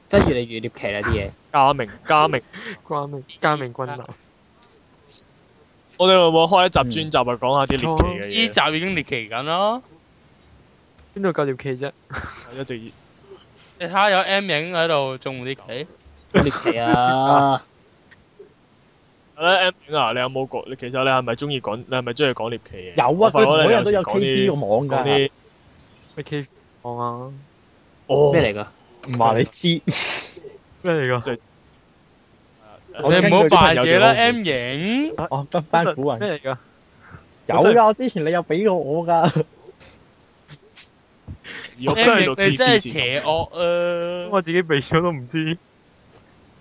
G: 真係越嚟越獵奇啦啲嘢。
B: 加明加明，
E: 關明加明啊軍艦，
B: 我哋會唔會開一集專
C: 嗯
B: 集啊？講下啲獵奇嘅
C: 呢
B: 嘢。
C: 集已經獵奇緊咯，
E: 邊度夠條旗啫？
B: 一直以
C: 你睇下有 네, M 影喺度仲獵奇，
G: 獵奇
B: <laughs>
G: 啊！
B: 咧 M 影啊，你有冇講？你其實你係咪中意講？你係咪中意講獵奇嘅？
D: 有啊，佢每日都有 K T 個網
B: 講
D: 㗎，
B: 啲
E: 咪 K 房啊？
B: 哦
G: 咩嚟㗎？
D: 唔話
C: 네,
D: 你
B: <laughs>
D: 知。
E: 咩嚟㗎？
B: 呃
C: 你唔好扮嘢
B: 뭐
C: 啦，M 影。
D: 我跟班古人
E: 咩嚟㗎？
D: 有㗎，我之前你有俾過我㗎。
B: 我真
C: M
B: 係
C: 影
B: 讀
C: 你真係
B: TP 先
C: 邪惡啊！
E: 我自己避咗都唔知，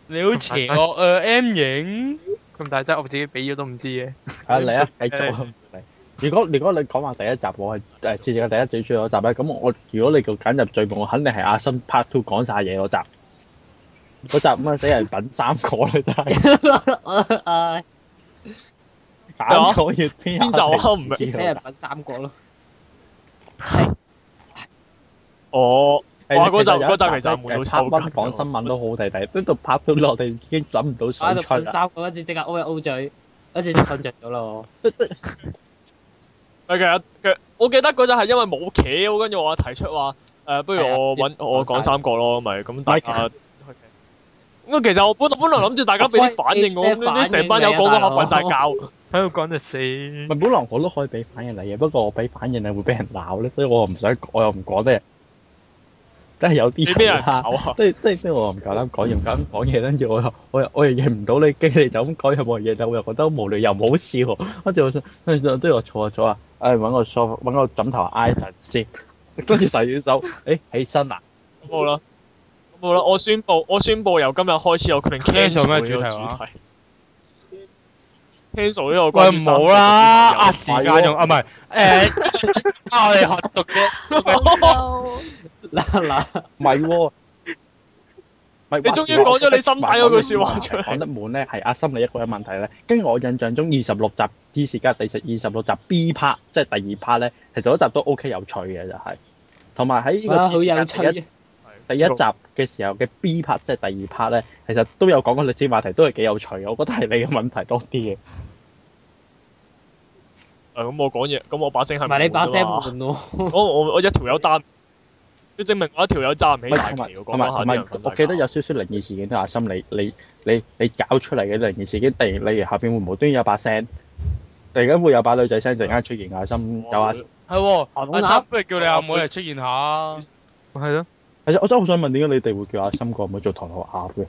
C: 你好邪惡啊，M 어,影。
E: 咁大劑我自己避咗都唔知嘅。
D: 啊，
B: <laughs>
D: 嚟啊，繼續啊。嚟如果如果你講話第一集，我係誒次次嘅第一最最嗰集咧，咁我如果你叫揀入最末，我肯定係阿森 Part Two 講晒嘢嗰集。嗰集咁啊，死人品三個啦，
B: <laughs>
D: 真係
G: <laughs> 唉，
D: 揀咗要邊
B: 邊集啊唔
G: 即
B: 明
G: 死人品三個咯。
B: 哦，哇嗰集嗰集其實悶到
D: 拍
B: 抽筋
D: 温講新聞都好地地，呢度拍到我哋已經諗唔到
G: 喺度
D: 水
B: 啊
D: 出
G: 瞓
D: 啦。
G: 三個，跟住即刻 O 一 O 嘴，跟住就瞓着咗啦我。
B: 係嘅，嘅我記得嗰陣係因為冇橋，跟住我提出話誒，不如我揾我講三個咯，咪咁大家。咁其實我本本來諗住大家俾啲反應我，啲成班友講講下瞓晒覺。
E: 喺度講就死。
D: 咪本來我都可以俾反應你嘅，不過我俾反應你會俾人鬧咧，所以我唔想，我又唔講咧。都係有
B: 你
D: 啲
B: 邊人
D: 人啦，
B: 搞啊？
D: 即係即係即係我又唔夠膽講
B: 嗯
D: 嘢，唔夠膽講嘢，跟住我又我又我又認唔到你機，你就咁講又冇嘢，但我又覺得無聊又唔好笑喎。跟住我想跟住都要我坐下坐下，誒揾個梳揾個枕頭挨陣先，跟住第二手， <laughs> 誒起身啦，
B: 咁好啦，咁好啦，我宣布，我宣布由今日開始，我決定
C: 你做
B: cancel
C: 咩
B: 呢個
C: 主
B: 主
C: 題
B: 題
C: 話。
B: cancel 呢個
C: 喂
B: 關於
C: 唔
B: 三
C: 好
B: 國嘅
C: 啦，
B: 主題
C: 壓時間用啊，唔係誒，我哋學讀嘅。
B: <laughs>
F: ，no，
G: 嗱嗱，
D: 唔係喎，係
B: 你
D: 話
B: 終於
D: 時話
B: 講咗
D: 我覺得
B: 你心底嗰句説話
D: 話
B: 出嚟
D: 講得滿咧係阿啊心理一個嘅問題咧。跟住我印象中二十六集 D 時加第十二十六集 B part，即係第二 part 咧，其實嗰集都 OK 有趣嘅就係、同埋喺呢個
G: 啊，好
D: T
G: 有
D: 時
G: 趣
D: 加第一
G: 啊！
D: 第一集嘅時候嘅 B part 即係第二 part 咧，其實都有講過歷史話題，都係幾有趣嘅。我覺得係你嘅問題多啲嘅。
B: 啊咁我講嘢，咁我把聲係啊
G: 唔係你把聲
B: 悶㗎嘛
G: 悶咯，
B: 我我我一條友擔，要證明我一條友揸唔
D: 唔
B: 起
D: 係
B: 大
D: 同埋
B: 旗喎。
D: 同埋
B: 講
D: 同
B: 下啲
D: 埋
B: 人瞓，
D: 我記得
B: 大覺
D: 有少少靈異事件都係阿心你你你你搞出嚟嘅靈異事件，突然例如下邊會無端有把聲，突然間會有把女仔聲突然間出現，阿心有阿。
C: 係喎，
G: 我諗
C: 阿
G: 下
C: 生不如叫你阿妹嚟出現下。
E: 係咯，
D: 其實我真係好想問點解你哋會叫阿心個妹做唐老鴨嘅？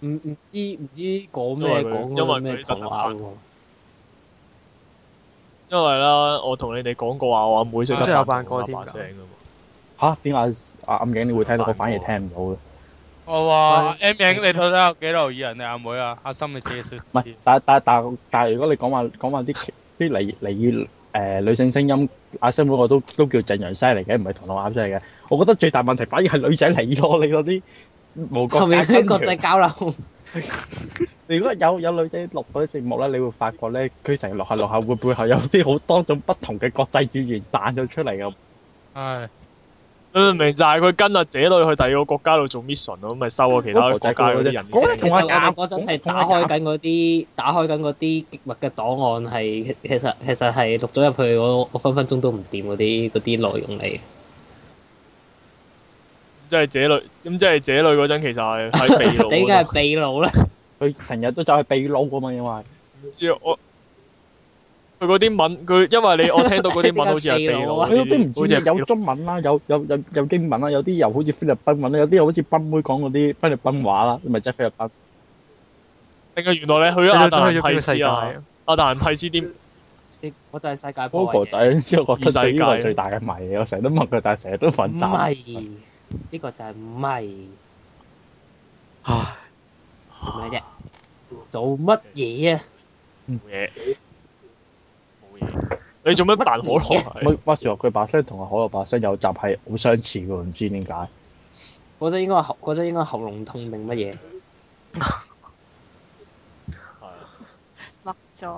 G: 唔唔知唔知講咩
B: 因
G: 講啊
B: 為佢
G: 嗰個咩
B: 因為佢
G: 頭鴨喎。
B: 因為啦，我同你哋講過話，我阿妹識
E: 真係
B: 得
E: 有
B: 扮
E: 扮
B: 過
E: 過
B: 把聲
E: 添㗎
B: 㗎嘛。
D: 嚇點解阿阿暗影你會聽到，我反而聽唔到嘅？
C: 我話 M 影，你到底有幾留意人哋阿妹啊？阿心你自己説。
D: 唔
B: 嗯
D: 係，但但但但係如果你講話講話啲啲嚟嚟誒女性聲音，阿森嗰個都都叫正陽西嚟嘅，唔係唐老鴨西嚟嘅。我覺得最大問題反而係女仔嚟咯，你嗰啲無國
G: 後面
D: 界
G: 啲
D: 根
G: 國
D: 源
G: 際交流，
D: 如果有有女仔落嗰啲節目咧，你會發覺咧，佢成日落下落下，會背後有啲好多種不同嘅國際語言彈咗出嚟嘅。
C: 唉，
B: 你明唔明就係佢跟阿姐女去第二個國家度做 mission 咯，咁咪收咗其他國家嗰啲人
D: 嗰個
B: 啲
G: 其
D: 同
B: 聲。
G: 實
D: 我
G: 我
D: 夾
G: 哋嗰陣係打開緊嗰啲打開緊嗰啲極密嘅檔案係，其其實其實係錄咗入去，我我分分鐘都唔掂嗰啲嗰啲內容嚟。
B: 即係姐女，咁即係姐女嗰陣其實係
G: <laughs>
B: 喺秘魯
G: 你梗係
B: 嗰度。
G: 秘魯啦， <laughs>
D: 佢成日都走去秘撈噶嘛，因為
B: 唔知啊我佢嗰啲文，佢因為你我聽到嗰啲文好似係秘
G: 哇
D: 佢
B: 魯
D: 有啲唔
B: 嗰
D: 知
B: 啲，好似
D: 有中文啦，有有有有英文啦，有啲又好似菲律賓文啦，有啲又好似賓妹講嗰啲菲律賓話啦，咪即係菲律賓。
B: 定係原來你去
E: 你
B: 咗
E: 到
B: 亞特
E: 底去咗
B: 蘭
E: 邊個
B: 蒂
E: 世
B: 斯
E: 界
B: 啊？
E: 啊？
B: 亞特蘭蒂斯點？
G: 我就係世界破
D: Pogo
G: 壞者。
D: 仔， <laughs> 即係我覺得最呢
B: 異世界
D: 個係最大嘅迷，我成日都問佢，但係成日都
G: 唔
D: 混蛋。
G: 係，呢個就係唔係
E: 唉，
G: 做咩啫？做乜嘢啊？
B: 冇嘢，冇嘢。你做乜扮可樂啊？
D: 咪話時話佢把聲同阿可樂把聲有集係好相似嘅喎，唔知點解。
G: 嗰陣應該喉嗰陣應該喉嚨痛定乜嘢？
F: 甩咗。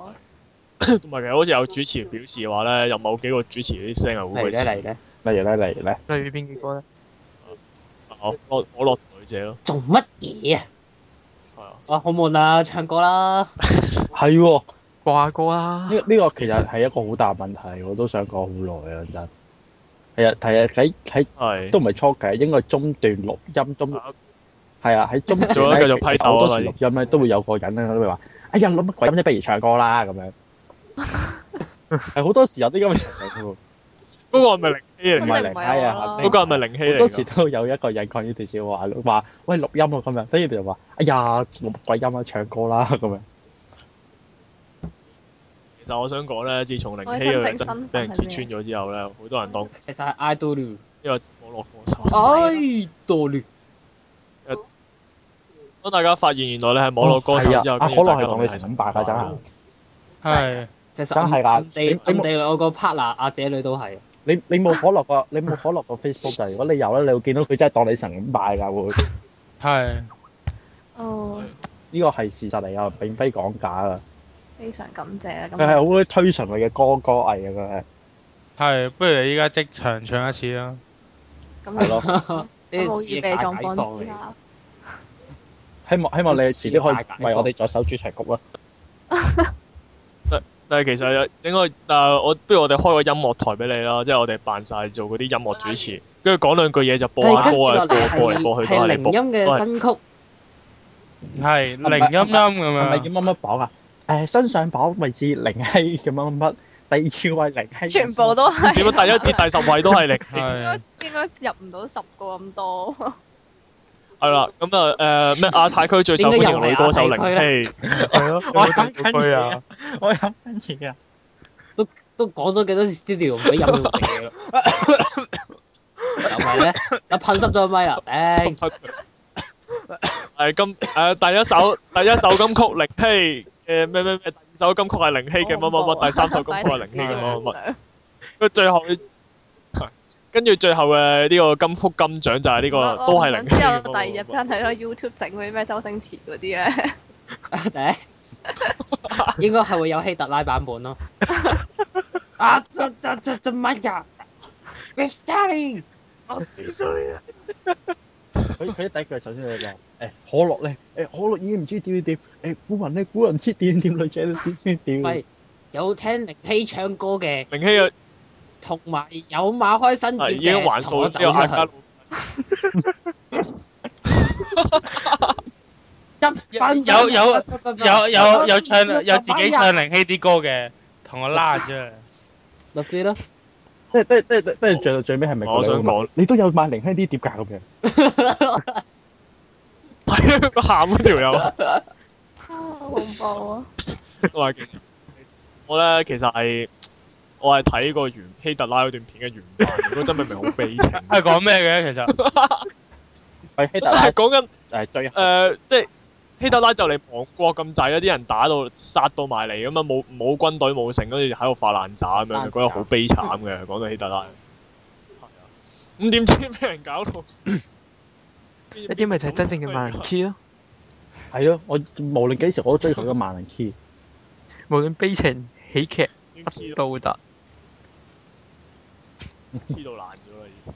B: 同埋其實好似有主持表示話咧，有某幾個主持啲聲係好
G: 嚟
B: 鬼
G: 咧
B: 似
G: 嚟咧，
D: 例如咧，例如咧，
E: 例如邊幾個咧？
B: 啊我我落女姐咯，
G: 做乜嘢啊？
B: 係啊，
G: 哇，好悶啊！唱歌啦，
D: 係喎。
E: 掛啊歌啦
D: 呢呢、個其實係一個好大問題，我都想講好耐啊！真係啊，係啊，喺喺
B: 係
D: 都唔係初期，應該係中段錄音中
B: 啊
D: 係啊，喺
B: <laughs>
D: 中段
B: 仲有繼
D: 咧，
B: 續
D: 其
B: 批鬥
D: 實
B: 啊
D: 好多時
B: 嗰啲
D: 錄音咧都會有個人咧喺度話：哎呀，諗乜鬼音啫，不如唱歌啦咁樣。
B: <laughs>
D: 係好多時有啲咁嘅場景
B: 嗰個係咪靈希
D: 喎，
B: 嚟
D: 唔
B: 㗎？
D: 係零閪啊！
B: 嗰個係咪靈希
D: 好
B: 嚟
D: 多時
B: 㗎？
D: 都有一個人講呢段笑話，話喂錄音啊咁樣，跟住佢就話：哎呀，錄乜鬼音啊，唱歌啦 <laughs> 咁樣。
B: 其實我想講咧，自從靈希
F: 我
B: 嘅
F: 哋真正
B: 真
F: 身份
B: 俾人
G: 啊
B: 揭
F: 係
B: 穿咗之後咧，好多人當呢
G: 其實係 idol
B: 個網絡歌手。
G: 哦 idol
B: 當大家發現原來你係網絡歌手之後，
D: 係啊，阿可
B: 跟住大
D: 樂
B: 家
D: 係當你
B: 係啊哦
D: 成品白㗎，真係。
C: 係
G: 其實
D: 真係㗎
G: 暗地
D: 你你
G: 暗地裏我個 partner 阿姐女都係，
D: 你你冇可樂個，你冇可樂個 Facebook 㗎。如果你有咧，你會見到佢真係當你神咁拜㗎，會
C: 係。
F: 哦，
D: 呢個係事實嚟㗎，並非講假㗎。
F: 非常感謝啊！
D: 佢係
F: 咁
D: 好會推崇佢嘅歌歌藝㗎，佢係
C: 係，不如你依家即場唱一次啊啦。
F: 咁
D: 係
B: <laughs>
D: 咯。
G: 呢
F: 冇
G: 啲似係
F: 預備
G: 大
F: 狀
G: 解放
F: 況啊
G: 嚟
F: 之。下，
D: 希望希望你遲啲可以為我哋作首主題曲啦。
B: 但係其實有應該，但係我不如我哋開個音樂台俾你啦，即係我哋扮晒做嗰啲音樂主持，跟住講兩句嘢就播
G: 哦係
B: 下
G: 跟住
B: 歌啊，
G: 落
B: 播
G: 嚟
B: 播嚟播
G: 係
B: 去
G: 係
B: 都係你
G: 零
B: 播。
G: 音嘅新曲，
C: 係
D: 咪
C: 零音音
B: 嗯
D: 係咪
C: 咁
D: 叫
C: 樣。
D: 乜乜榜啊？誒，新上榜位置零希咁乜乜乜，第二位零希。
F: 全部都係
B: 點啊解第一至第十位都係零希？
C: 係
F: 應該入唔到十個咁多。
B: 係啦，咁啊誒咩亞太區最受歡
G: 啊
B: 迎女歌手零希，
D: <laughs>
E: 係咯，有冇地區啊？
D: 我飲緊嘢啊！
G: 都講咗幾多次 studio 唔俾飲佢食嘢咯。
B: <laughs>
G: 就係咧，我噴濕咗個咪啦，啊誒，
B: 係今誒第一首第一首金曲零希嘅咩咩咩，第二首金曲係
F: 啊
B: 零希嘅乜乜乜，第三首金曲係零希嘅乜乜乜，跟住最後跟住最後嘅呢個金曲金獎就係呢
F: 我
B: 個
F: 我
B: 都係零
F: 啊之後第二日俾人睇到 YouTube 整嗰啲咩周星馳嗰啲 <laughs> 咧，
G: 第一應該係會有希特拉版本
B: <laughs>
G: 咯。啊！做做做做乜㗎 w i t h 啊 Stalin，
D: 佢佢第一句首先 <laughs> 就話：誒可樂咧，誒可樂已經唔知點點點，誒古人咧古人唔知點點女仔咧 <laughs> 點點點。
G: 喂，有聽凌希唱歌嘅，
B: 零希啊
G: 同埋有馬開新
B: 係已
G: 碟
B: 經
G: 嘅，
B: 還
G: 同
B: 數
G: 我
B: 呢
G: 走
B: 個阿
G: 出
B: 加
G: 去
B: <laughs> 路。
C: 有有有有有唱有自己唱
G: 《
C: 靈希啲歌嘅，同我拉出嚟。
G: 律師》咯。
D: 即係即係即係即係即係最到最尾係咪佢
B: 我想講
D: 你都有買零香啲碟㗎咁樣？
B: 係啊，喊嗰條友。
F: 好恐怖啊！
B: 我係我咧其實係我係睇過原希特拉嗰段片嘅原版，嗰真明明好悲情。
C: 係講咩嘅其實？
D: 喂，希特 <laughs> 拉
B: <laughs> 係講緊
D: 誒最後
B: 誒，呃即係希特拉就嚟亡國咁滯啦，啲人打到殺到埋嚟咁啊，冇冇軍隊冇城，跟住就喺度發爛渣咁樣，覺得好悲慘嘅。講到希特拉，係啊，咁點知俾人搞到
E: 一啲咪就係真正嘅萬能 key 咯，
D: 係咯，我無論幾時我都追求嘅萬能 key。
E: 無論悲情、喜劇、
B: key 到
E: 都得。
B: key 到爛咗啦已經。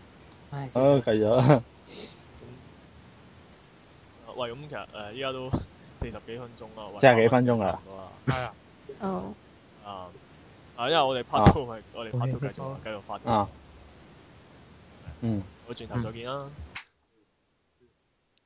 G: 唉，
D: 啊，
G: 笑死
D: 繼續啊！
B: 喂，咁其實誒依家都四十幾分鐘啦，喂
D: 四十幾分鐘㗎啦。
C: 係啊，
F: <laughs> 哦，
B: 啊啊！因為我哋 part
D: 啊
B: two 咪我哋 part two 繼續繼續發
D: 啊，嗯。
B: 我轉頭再見啦。